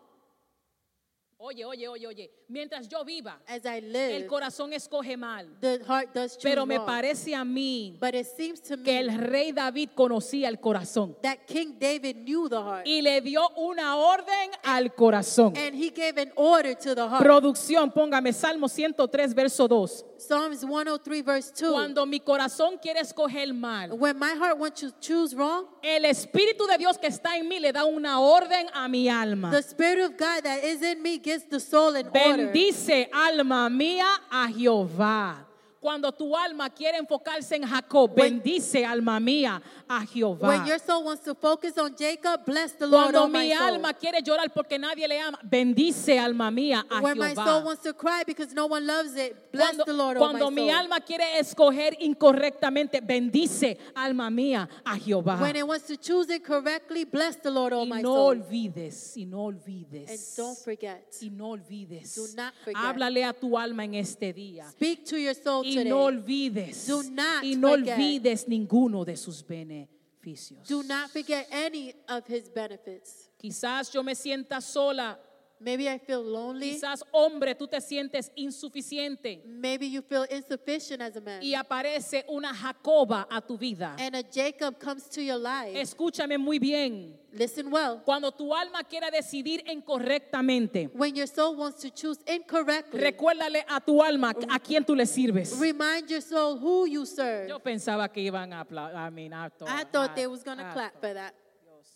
Speaker 2: Oye, oye, oye, oye. Mientras yo viva,
Speaker 3: as I
Speaker 2: el
Speaker 3: live.
Speaker 2: corazón escoge mal.
Speaker 3: The heart does choose
Speaker 2: Pero me
Speaker 3: wrong.
Speaker 2: parece a mí
Speaker 3: But it seems to me
Speaker 2: que el rey David conocía el corazón
Speaker 3: that King David knew the heart
Speaker 2: y le dio una orden al corazón.
Speaker 3: and he gave an order to the heart.
Speaker 2: Producción, póngame Salmo 103, verso 2.
Speaker 3: Psalms 103 verse 2.
Speaker 2: Cuando mi corazón quiere escoger mal,
Speaker 3: when my heart wants to choose wrong,
Speaker 2: el Espíritu de Dios que está en mí le da una orden a mi alma.
Speaker 3: the Spirit of God that is in me gets the soul in order.
Speaker 2: Bendice alma mía a Jehová. Cuando tu alma quiere enfocarse en Jacob,
Speaker 3: When-
Speaker 2: bendice alma mía a Jehová.
Speaker 3: When your soul wants to focus on Jacob, bless the Lord
Speaker 2: Cuando
Speaker 3: on my
Speaker 2: mi
Speaker 3: soul.
Speaker 2: alma quiere llorar porque nadie le ama, bendice alma mía a
Speaker 3: when my soul
Speaker 2: ah, Jehová.
Speaker 3: wants to cry because no one loves it, bless
Speaker 2: Cuando,
Speaker 3: the Lord
Speaker 2: cuando
Speaker 3: on my
Speaker 2: mi
Speaker 3: soul.
Speaker 2: alma quiere escoger incorrectamente, bendice alma mía a Jehová.
Speaker 3: when it wants to choose it correctly, bless the Lord on
Speaker 2: Y
Speaker 3: my
Speaker 2: no
Speaker 3: soul.
Speaker 2: olvides, y no
Speaker 3: And
Speaker 2: olvides.
Speaker 3: don't forget,
Speaker 2: Y no olvides.
Speaker 3: Do not forget.
Speaker 2: Háblale a tu alma en este día.
Speaker 3: speak to your soul
Speaker 2: Y
Speaker 3: today.
Speaker 2: no olvides.
Speaker 3: Do not
Speaker 2: y no
Speaker 3: forget.
Speaker 2: olvides ninguno de sus beneficios.
Speaker 3: Do not forget any of his benefits.
Speaker 2: Quizás yo me sienta sola.
Speaker 3: Maybe I feel lonely.
Speaker 2: Quizás, hombre, tú te sientes insuficiente.
Speaker 3: Maybe you feel insufficient as a man.
Speaker 2: Y aparece una Jacoba a tu vida.
Speaker 3: And a Jacob comes to your life.
Speaker 2: Escúchame muy bien.
Speaker 3: Listen well.
Speaker 2: Cuando tu alma quiera decidir incorrectamente,
Speaker 3: When your soul wants to choose incorrectly,
Speaker 2: recuérdale a tu alma a quién tú le sirves.
Speaker 3: remind your soul who you serve.
Speaker 2: Yo pensaba que iban a Ah, aplaudir. I mean, I thought,
Speaker 3: I thought
Speaker 2: I-
Speaker 3: they was gonna
Speaker 2: I
Speaker 3: clap
Speaker 2: thought.
Speaker 3: for that.
Speaker 2: Dios.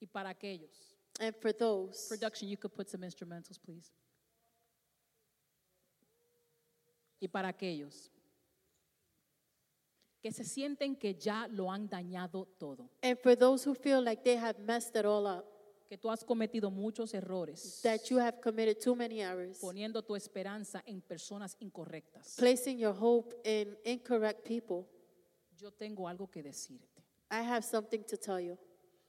Speaker 2: Y para aquellos.
Speaker 3: And for those,
Speaker 2: Production, you could put some instrumentals, please. Y para aquellos que se sienten que ya lo han dañado todo,
Speaker 3: and for those who feel like they have messed it all up,
Speaker 2: que tú has cometido muchos errores
Speaker 3: that you have committed too many errors,
Speaker 2: poniendo tu esperanza en personas incorrectas.
Speaker 3: placing your hope in incorrect people.
Speaker 2: Yo tengo algo que decirte.
Speaker 3: I have something to tell you.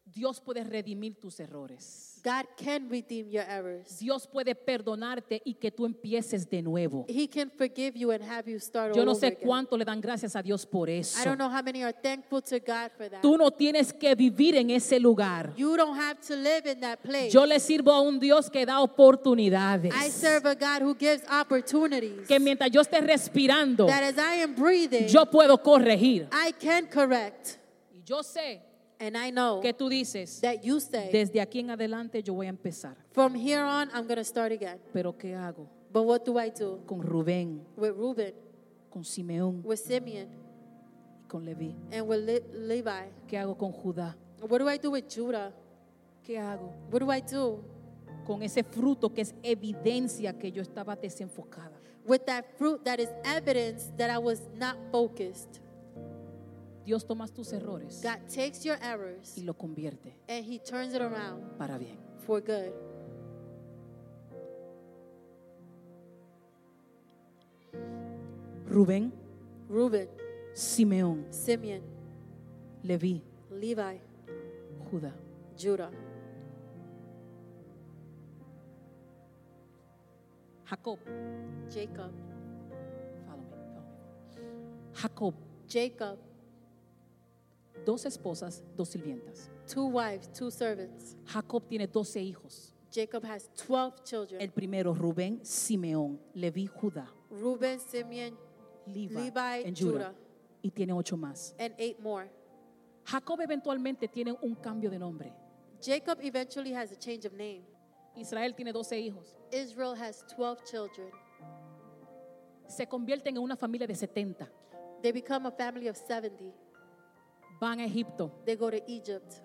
Speaker 2: Dios puede redimir tus errores.
Speaker 3: God can redeem your errors.
Speaker 2: Dios puede perdonarte y que tú empieces de nuevo.
Speaker 3: He can forgive you and have you start
Speaker 2: Yo
Speaker 3: all
Speaker 2: no
Speaker 3: over
Speaker 2: sé
Speaker 3: again.
Speaker 2: cuánto le dan gracias a Dios por eso.
Speaker 3: I don't know how many are thankful to God for that.
Speaker 2: Tú no tienes que vivir en ese lugar.
Speaker 3: You don't have to live in that place.
Speaker 2: Yo le sirvo a un Dios que da oportunidades.
Speaker 3: I serve a God who gives opportunities.
Speaker 2: Que mientras yo esté respirando,
Speaker 3: that as I am breathing,
Speaker 2: yo puedo corregir.
Speaker 3: I can correct.
Speaker 2: Y yo sé
Speaker 3: And I know
Speaker 2: que tú dices,
Speaker 3: that you say,
Speaker 2: desde aquí en adelante yo voy a empezar.
Speaker 3: from here on, I'm going to start again.
Speaker 2: Pero ¿qué hago
Speaker 3: But what do I do
Speaker 2: con Rubén,
Speaker 3: with Reuben,
Speaker 2: con Simeón
Speaker 3: with Simeon
Speaker 2: y con Leví?
Speaker 3: and with Le- Levi?
Speaker 2: ¿Qué hago con Judá?
Speaker 3: What do I do with Judah?
Speaker 2: ¿Qué hago
Speaker 3: What do I do
Speaker 2: con ese fruto que es evidencia que yo estaba desenfocada?
Speaker 3: with that fruit that is evidence that I was not focused?
Speaker 2: Dios toma tus errores
Speaker 3: God takes your errors
Speaker 2: y lo convierte
Speaker 3: and He turns it around
Speaker 2: para bien.
Speaker 3: for good.
Speaker 2: Rubén,
Speaker 3: Reuben,
Speaker 2: Simeón,
Speaker 3: Simeon,
Speaker 2: Leví,
Speaker 3: Levi,
Speaker 2: Judá.
Speaker 3: Judah,
Speaker 2: Jacob,
Speaker 3: Jacob,
Speaker 2: follow me, follow me. Jacob,
Speaker 3: Jacob,
Speaker 2: dos esposas, dos sirvientas.
Speaker 3: two wives, two servants.
Speaker 2: Jacob tiene 12 hijos.
Speaker 3: Jacob has 12 children.
Speaker 2: El primero, Rubén, Simeón, Leví, Judá,
Speaker 3: Reuben, Simeon,
Speaker 2: Levi,
Speaker 3: Levi,
Speaker 2: and
Speaker 3: Judah.
Speaker 2: Judá. Y tiene ocho más.
Speaker 3: and eight more.
Speaker 2: Jacob eventualmente tiene un cambio de nombre.
Speaker 3: Jacob eventually has a change of name.
Speaker 2: Israel tiene 12 hijos.
Speaker 3: Israel has 12 children.
Speaker 2: Se convierten en una familia de 70.
Speaker 3: They become a family of 70.
Speaker 2: Van a Egipto.
Speaker 3: They go to Egypt.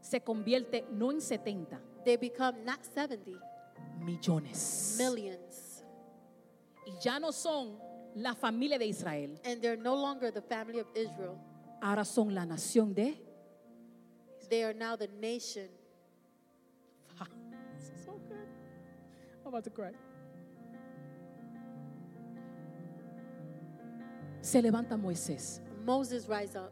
Speaker 2: Se convierte no en 70,
Speaker 3: They become not 70,
Speaker 2: millones.
Speaker 3: millions.
Speaker 2: Y ya no son la familia de Israel.
Speaker 3: And they're no longer the family of Israel.
Speaker 2: Ahora son la nación de...
Speaker 3: They are now the nation.
Speaker 2: This is so good. I'm about to cry. Se levanta Moisés,
Speaker 3: Moses rise up.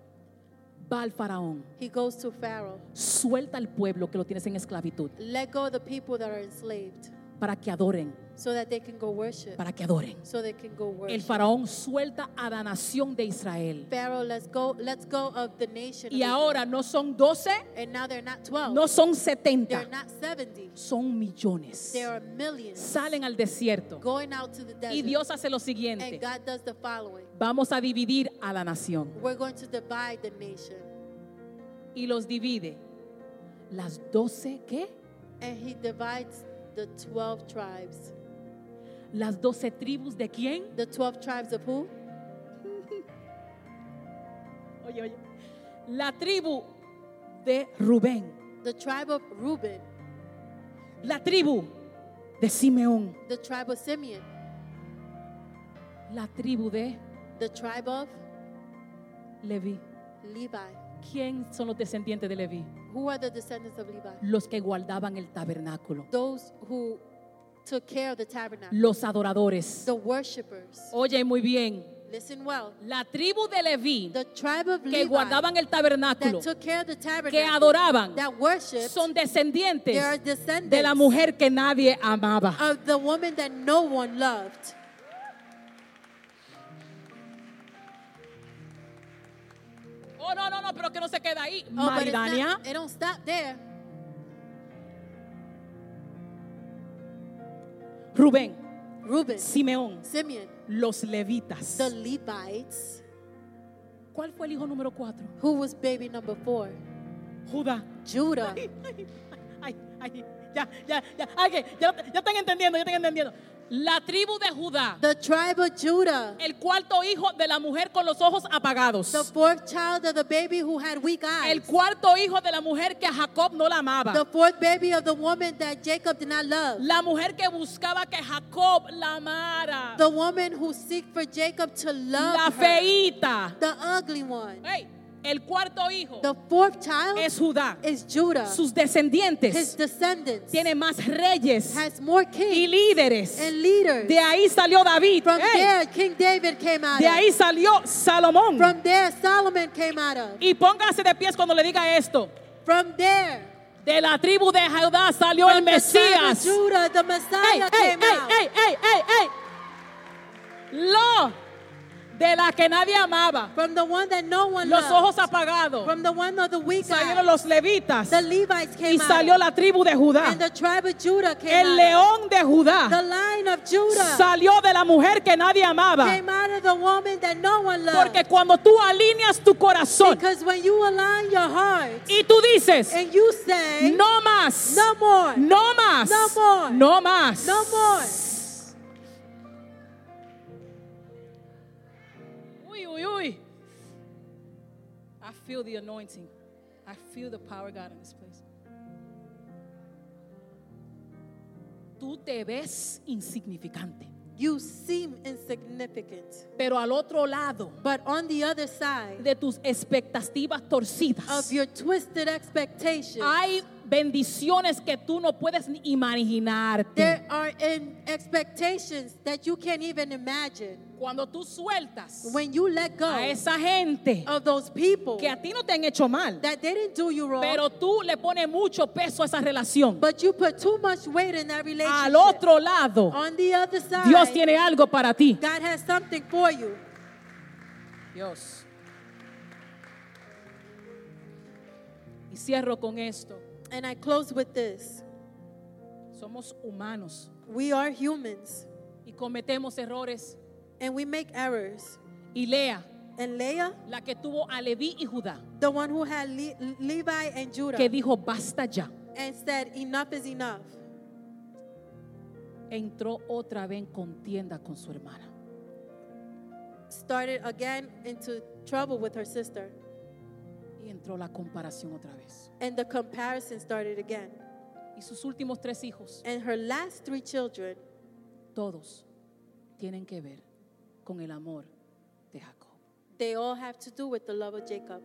Speaker 2: va al faraón,
Speaker 3: He goes to Pharaoh.
Speaker 2: suelta al pueblo que lo tienes en esclavitud
Speaker 3: Let go of the people that are enslaved
Speaker 2: para que adoren,
Speaker 3: so that they can go worship.
Speaker 2: para que adoren.
Speaker 3: So they can go
Speaker 2: El
Speaker 3: worship.
Speaker 2: faraón suelta a la nación de Israel.
Speaker 3: Pharaoh, let's go, let's go of the nation. of
Speaker 2: Y
Speaker 3: Israel.
Speaker 2: ahora no son 12,
Speaker 3: and now they're not 12.
Speaker 2: no son
Speaker 3: they're
Speaker 2: 70,
Speaker 3: not 70.
Speaker 2: son millones.
Speaker 3: There are millions
Speaker 2: Salen al desierto
Speaker 3: going out to the desert.
Speaker 2: y Dios hace lo
Speaker 3: and
Speaker 2: siguiente.
Speaker 3: God does the following.
Speaker 2: Vamos a dividir a la nación.
Speaker 3: We're going to divide the nation.
Speaker 2: y los divide. Las doce, ¿qué?
Speaker 3: And he divides the 12 tribes.
Speaker 2: Las doce tribus de quién?
Speaker 3: The 12 tribes of who?
Speaker 2: Oye, oye. La tribu de Rubén,
Speaker 3: The tribe of Reuben,
Speaker 2: la tribu de Simeón,
Speaker 3: the tribe of Simeon,
Speaker 2: la tribu de
Speaker 3: the tribe of
Speaker 2: Leví.
Speaker 3: Levi.
Speaker 2: ¿Quién son los descendientes de Leví?
Speaker 3: Who are the descendants of Levi?
Speaker 2: Los que guardaban el tabernáculo,
Speaker 3: Those who took care of the tabernacle,
Speaker 2: los adoradores.
Speaker 3: the worshippers.
Speaker 2: Oye muy bien,
Speaker 3: Listen well.
Speaker 2: la tribu de Leví
Speaker 3: The tribe of
Speaker 2: que
Speaker 3: Levi
Speaker 2: guardaban el tabernáculo,
Speaker 3: that took care of the
Speaker 2: que
Speaker 3: tabernacle,
Speaker 2: adoraban,
Speaker 3: that worshiped,
Speaker 2: son descendientes
Speaker 3: they are descendants
Speaker 2: de la mujer que nadie amaba.
Speaker 3: of the woman that no one loved.
Speaker 2: Oh, no, no, no, pero que no se queda ahí.
Speaker 3: Oh, but it's not-
Speaker 2: Maridania,
Speaker 3: it don't stop there.
Speaker 2: Rubén,
Speaker 3: Reuben,
Speaker 2: Simeón,
Speaker 3: Simeon,
Speaker 2: los levitas.
Speaker 3: the Levites.
Speaker 2: ¿Cuál fue el hijo número cuatro?
Speaker 3: Who was baby number four?
Speaker 2: Judá.
Speaker 3: Judah.
Speaker 2: Ay, ay, ay, ya, ya, ya. Ay, que ya, ya están entendiendo, ya están entendiendo. La tribu de Judá,
Speaker 3: The tribe of Judah.
Speaker 2: el cuarto hijo de la mujer con los ojos
Speaker 3: The
Speaker 2: apagados.
Speaker 3: fourth child of the baby who had weak
Speaker 2: El
Speaker 3: eyes.
Speaker 2: cuarto hijo de la mujer que a Jacob no la
Speaker 3: The
Speaker 2: amaba.
Speaker 3: fourth baby of the woman that Jacob did not love.
Speaker 2: La mujer que buscaba que Jacob la amara.
Speaker 3: The woman who seek for Jacob to
Speaker 2: La
Speaker 3: love her.
Speaker 2: feíta.
Speaker 3: The ugly one.
Speaker 2: Ey, el cuarto hijo
Speaker 3: The fourth child
Speaker 2: es Judá.
Speaker 3: is Judah.
Speaker 2: Sus
Speaker 3: His
Speaker 2: descendientes
Speaker 3: descendants
Speaker 2: tiene más reyes
Speaker 3: has more
Speaker 2: y
Speaker 3: kings
Speaker 2: líderes.
Speaker 3: and leaders.
Speaker 2: De ahí salió David.
Speaker 3: From
Speaker 2: Ey,
Speaker 3: there, King David came out
Speaker 2: de
Speaker 3: of.
Speaker 2: ahí salió Salomón.
Speaker 3: From there, Solomon came out of.
Speaker 2: Y póngase de pies cuando le diga esto.
Speaker 3: From there,
Speaker 2: De la tribu de Judá salió el
Speaker 3: from the tribe of
Speaker 2: Mesías.
Speaker 3: Judah, the
Speaker 2: Ey,
Speaker 3: Messiah
Speaker 2: ey,
Speaker 3: came
Speaker 2: ey,
Speaker 3: out.
Speaker 2: ey, ey, ey, ey. Lo de la que nadie amaba.
Speaker 3: From the one that no one
Speaker 2: Los ojos
Speaker 3: loved.
Speaker 2: apagados.
Speaker 3: From the one of the weak
Speaker 2: Salieron
Speaker 3: eyes.
Speaker 2: los levitas.
Speaker 3: The Levites
Speaker 2: Y
Speaker 3: came
Speaker 2: salió
Speaker 3: out.
Speaker 2: la tribu de Judá.
Speaker 3: And the tribe of Judah came
Speaker 2: El
Speaker 3: out.
Speaker 2: león de Judá.
Speaker 3: The line of Judah
Speaker 2: salió de la mujer que nadie amaba.
Speaker 3: came out of the woman that no one loved.
Speaker 2: Porque cuando tú alineas tu corazón
Speaker 3: Because when you align your heart
Speaker 2: y tú dices,
Speaker 3: and you say,
Speaker 2: no más,
Speaker 3: no more,
Speaker 2: no más,
Speaker 3: No more.
Speaker 2: no más,
Speaker 3: No more.
Speaker 2: feel the anointing. I feel the power of God in this place. Tú te ves insignificante,
Speaker 3: You seem insignificant.
Speaker 2: pero al otro lado
Speaker 3: But on the other side
Speaker 2: de tus expectativas
Speaker 3: of
Speaker 2: torcidas,
Speaker 3: your twisted expectations,
Speaker 2: hay bendiciones que tú no puedes ni imaginarte.
Speaker 3: there are in expectations that you can't even imagine.
Speaker 2: Cuando tú sueltas
Speaker 3: When you let
Speaker 2: a
Speaker 3: go
Speaker 2: esa gente
Speaker 3: of those people
Speaker 2: que a ti no te han hecho mal,
Speaker 3: that they didn't do you wrong,
Speaker 2: pero tú le pones mucho peso a esa relación.
Speaker 3: but you put too much weight in that
Speaker 2: Al
Speaker 3: relationship.
Speaker 2: otro lado,
Speaker 3: On the other side,
Speaker 2: Dios tiene algo para ti.
Speaker 3: God has something for you.
Speaker 2: Dios. Y cierro con esto.
Speaker 3: And I close with this.
Speaker 2: Somos humanos
Speaker 3: We are humans
Speaker 2: y cometemos errores.
Speaker 3: and we make errors.
Speaker 2: Y Lea,
Speaker 3: And Leah,
Speaker 2: la que tuvo a Leví y Judá,
Speaker 3: the one who had Le- Levi and Judah,
Speaker 2: que dijo basta ya,
Speaker 3: and said, Enough is enough,
Speaker 2: entró otra vez en contienda con su hermana.
Speaker 3: started again into trouble with her sister.
Speaker 2: Y entró la comparación otra vez.
Speaker 3: And the comparison started again.
Speaker 2: Y sus últimos tres hijos,
Speaker 3: And her last three children,
Speaker 2: todos tienen que ver con el amor de Jacob.
Speaker 3: they all have to do with the love of Jacob.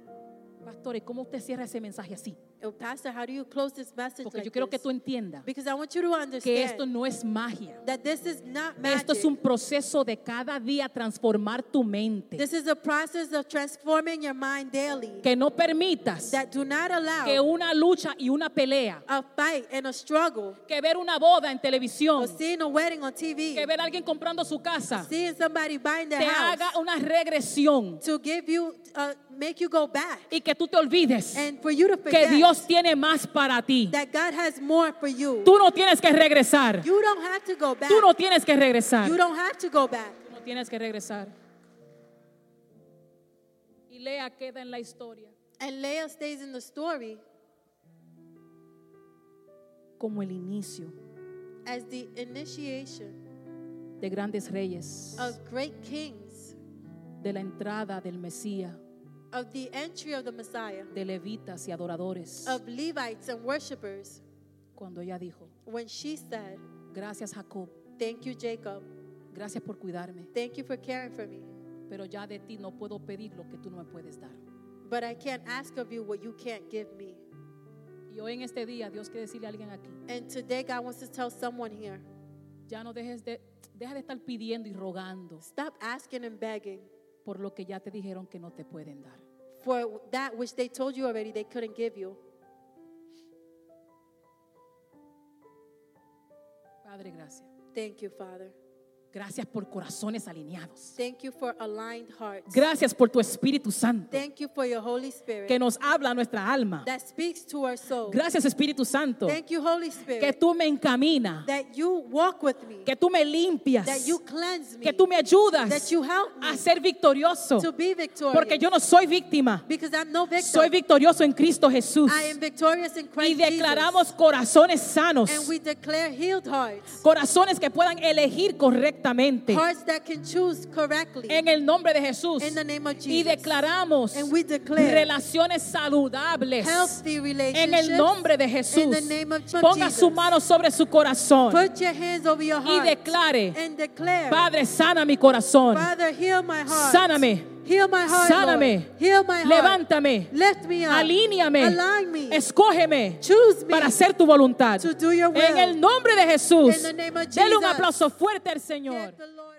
Speaker 2: Pastor, ¿y cómo usted cierra ese mensaje así?
Speaker 3: Oh, Pastor, how do you close this message?
Speaker 2: Porque
Speaker 3: like
Speaker 2: yo quiero que
Speaker 3: this?
Speaker 2: tú entiendas
Speaker 3: because I want you to
Speaker 2: que esto
Speaker 3: understand
Speaker 2: no es magia.
Speaker 3: that this is not magic.
Speaker 2: Esto es un proceso de cada día transformar tu mente.
Speaker 3: this is a process of transforming your mind daily.
Speaker 2: Que no permitas
Speaker 3: that do not
Speaker 2: que
Speaker 3: allow
Speaker 2: una lucha y una pelea,
Speaker 3: a fight and a struggle
Speaker 2: que ver una boda en
Speaker 3: or
Speaker 2: televisión,
Speaker 3: seeing a wedding on TV,
Speaker 2: que ver a alguien comprando su casa,
Speaker 3: seeing somebody buying their
Speaker 2: te haga
Speaker 3: house
Speaker 2: una regresión
Speaker 3: to give you, uh, make you go back,
Speaker 2: y que tú te olvides
Speaker 3: and for you to
Speaker 2: que
Speaker 3: forget
Speaker 2: Dios tiene más para ti.
Speaker 3: that God has more for you.
Speaker 2: Tú no tienes que regresar.
Speaker 3: You don't have to go back.
Speaker 2: Tú no tienes que regresar.
Speaker 3: you don't have to go back.
Speaker 2: Tú no tienes que regresar. Y Lea queda en la historia
Speaker 3: And Leah stays in the story
Speaker 2: como el inicio
Speaker 3: as the initiation
Speaker 2: de grandes reyes,
Speaker 3: of great kings,
Speaker 2: de la entrada del Mesías,
Speaker 3: of the entry of the Messiah,
Speaker 2: de levitas y adoradores,
Speaker 3: of Levites and worshipers,
Speaker 2: cuando ella dijo,
Speaker 3: when she said,
Speaker 2: gracias Jacob,
Speaker 3: Thank you, Jacob.
Speaker 2: gracias por cuidarme,
Speaker 3: Thank you for caring for me.
Speaker 2: pero ya de ti no puedo pedir lo que tú no me puedes dar.
Speaker 3: But I can't ask of you what you can't give me.
Speaker 2: Y hoy en este día Dios quiere decirle a alguien aquí,
Speaker 3: And today, God wants to tell someone here
Speaker 2: ya no dejes de, deja de estar pidiendo y rogando
Speaker 3: stop asking and begging
Speaker 2: por lo que ya te dijeron que no te pueden dar.
Speaker 3: for that which they told you already they couldn't give you.
Speaker 2: Padre, gracias.
Speaker 3: Thank you, Father.
Speaker 2: Gracias por corazones alineados.
Speaker 3: Thank you for aligned hearts.
Speaker 2: Gracias por tu Espíritu Santo
Speaker 3: Thank you for your Holy
Speaker 2: que
Speaker 3: Spirit
Speaker 2: nos habla a nuestra alma.
Speaker 3: that speaks to our soul.
Speaker 2: Gracias Espíritu Santo
Speaker 3: Thank you, Holy
Speaker 2: que
Speaker 3: Spirit,
Speaker 2: tú me encaminas,
Speaker 3: that you walk with me,
Speaker 2: que tú me limpias,
Speaker 3: that you cleanse me,
Speaker 2: que tú me ayudas
Speaker 3: that you help me
Speaker 2: a ser victorioso,
Speaker 3: to be
Speaker 2: porque yo
Speaker 3: victorious.
Speaker 2: no soy víctima,
Speaker 3: Because I'm no
Speaker 2: soy
Speaker 3: victim.
Speaker 2: victorioso en Cristo Jesús.
Speaker 3: I am victorious in
Speaker 2: Y
Speaker 3: Christ
Speaker 2: declaramos corazones sanos,
Speaker 3: Jesus. And we declare healed hearts.
Speaker 2: corazones que puedan elegir correctamente
Speaker 3: Hearts that can choose correctly.
Speaker 2: en el nombre de Jesús.
Speaker 3: In the name of Jesus.
Speaker 2: Y declaramos
Speaker 3: And we declare
Speaker 2: relaciones saludables.
Speaker 3: healthy
Speaker 2: En
Speaker 3: relationships.
Speaker 2: el nombre de
Speaker 3: In
Speaker 2: Jesús,
Speaker 3: the name of
Speaker 2: ponga
Speaker 3: Jesus.
Speaker 2: su mano sobre su corazón
Speaker 3: Put your hands over your
Speaker 2: y
Speaker 3: heart.
Speaker 2: declare,
Speaker 3: and declare,
Speaker 2: Padre, sana mi corazón,
Speaker 3: Father, heal my heart.
Speaker 2: Sáname.
Speaker 3: Heal my heart.
Speaker 2: Sáname.
Speaker 3: Lord. Heal my heart.
Speaker 2: levántame,
Speaker 3: Lift me up.
Speaker 2: alíñame,
Speaker 3: Align me.
Speaker 2: escógeme
Speaker 3: Choose me
Speaker 2: para hacer tu voluntad.
Speaker 3: to do your will.
Speaker 2: En el nombre de Jesús,
Speaker 3: In the name of
Speaker 2: dele un
Speaker 3: Jesus.
Speaker 2: aplauso fuerte al
Speaker 3: Give
Speaker 2: Señor.
Speaker 3: the Lord-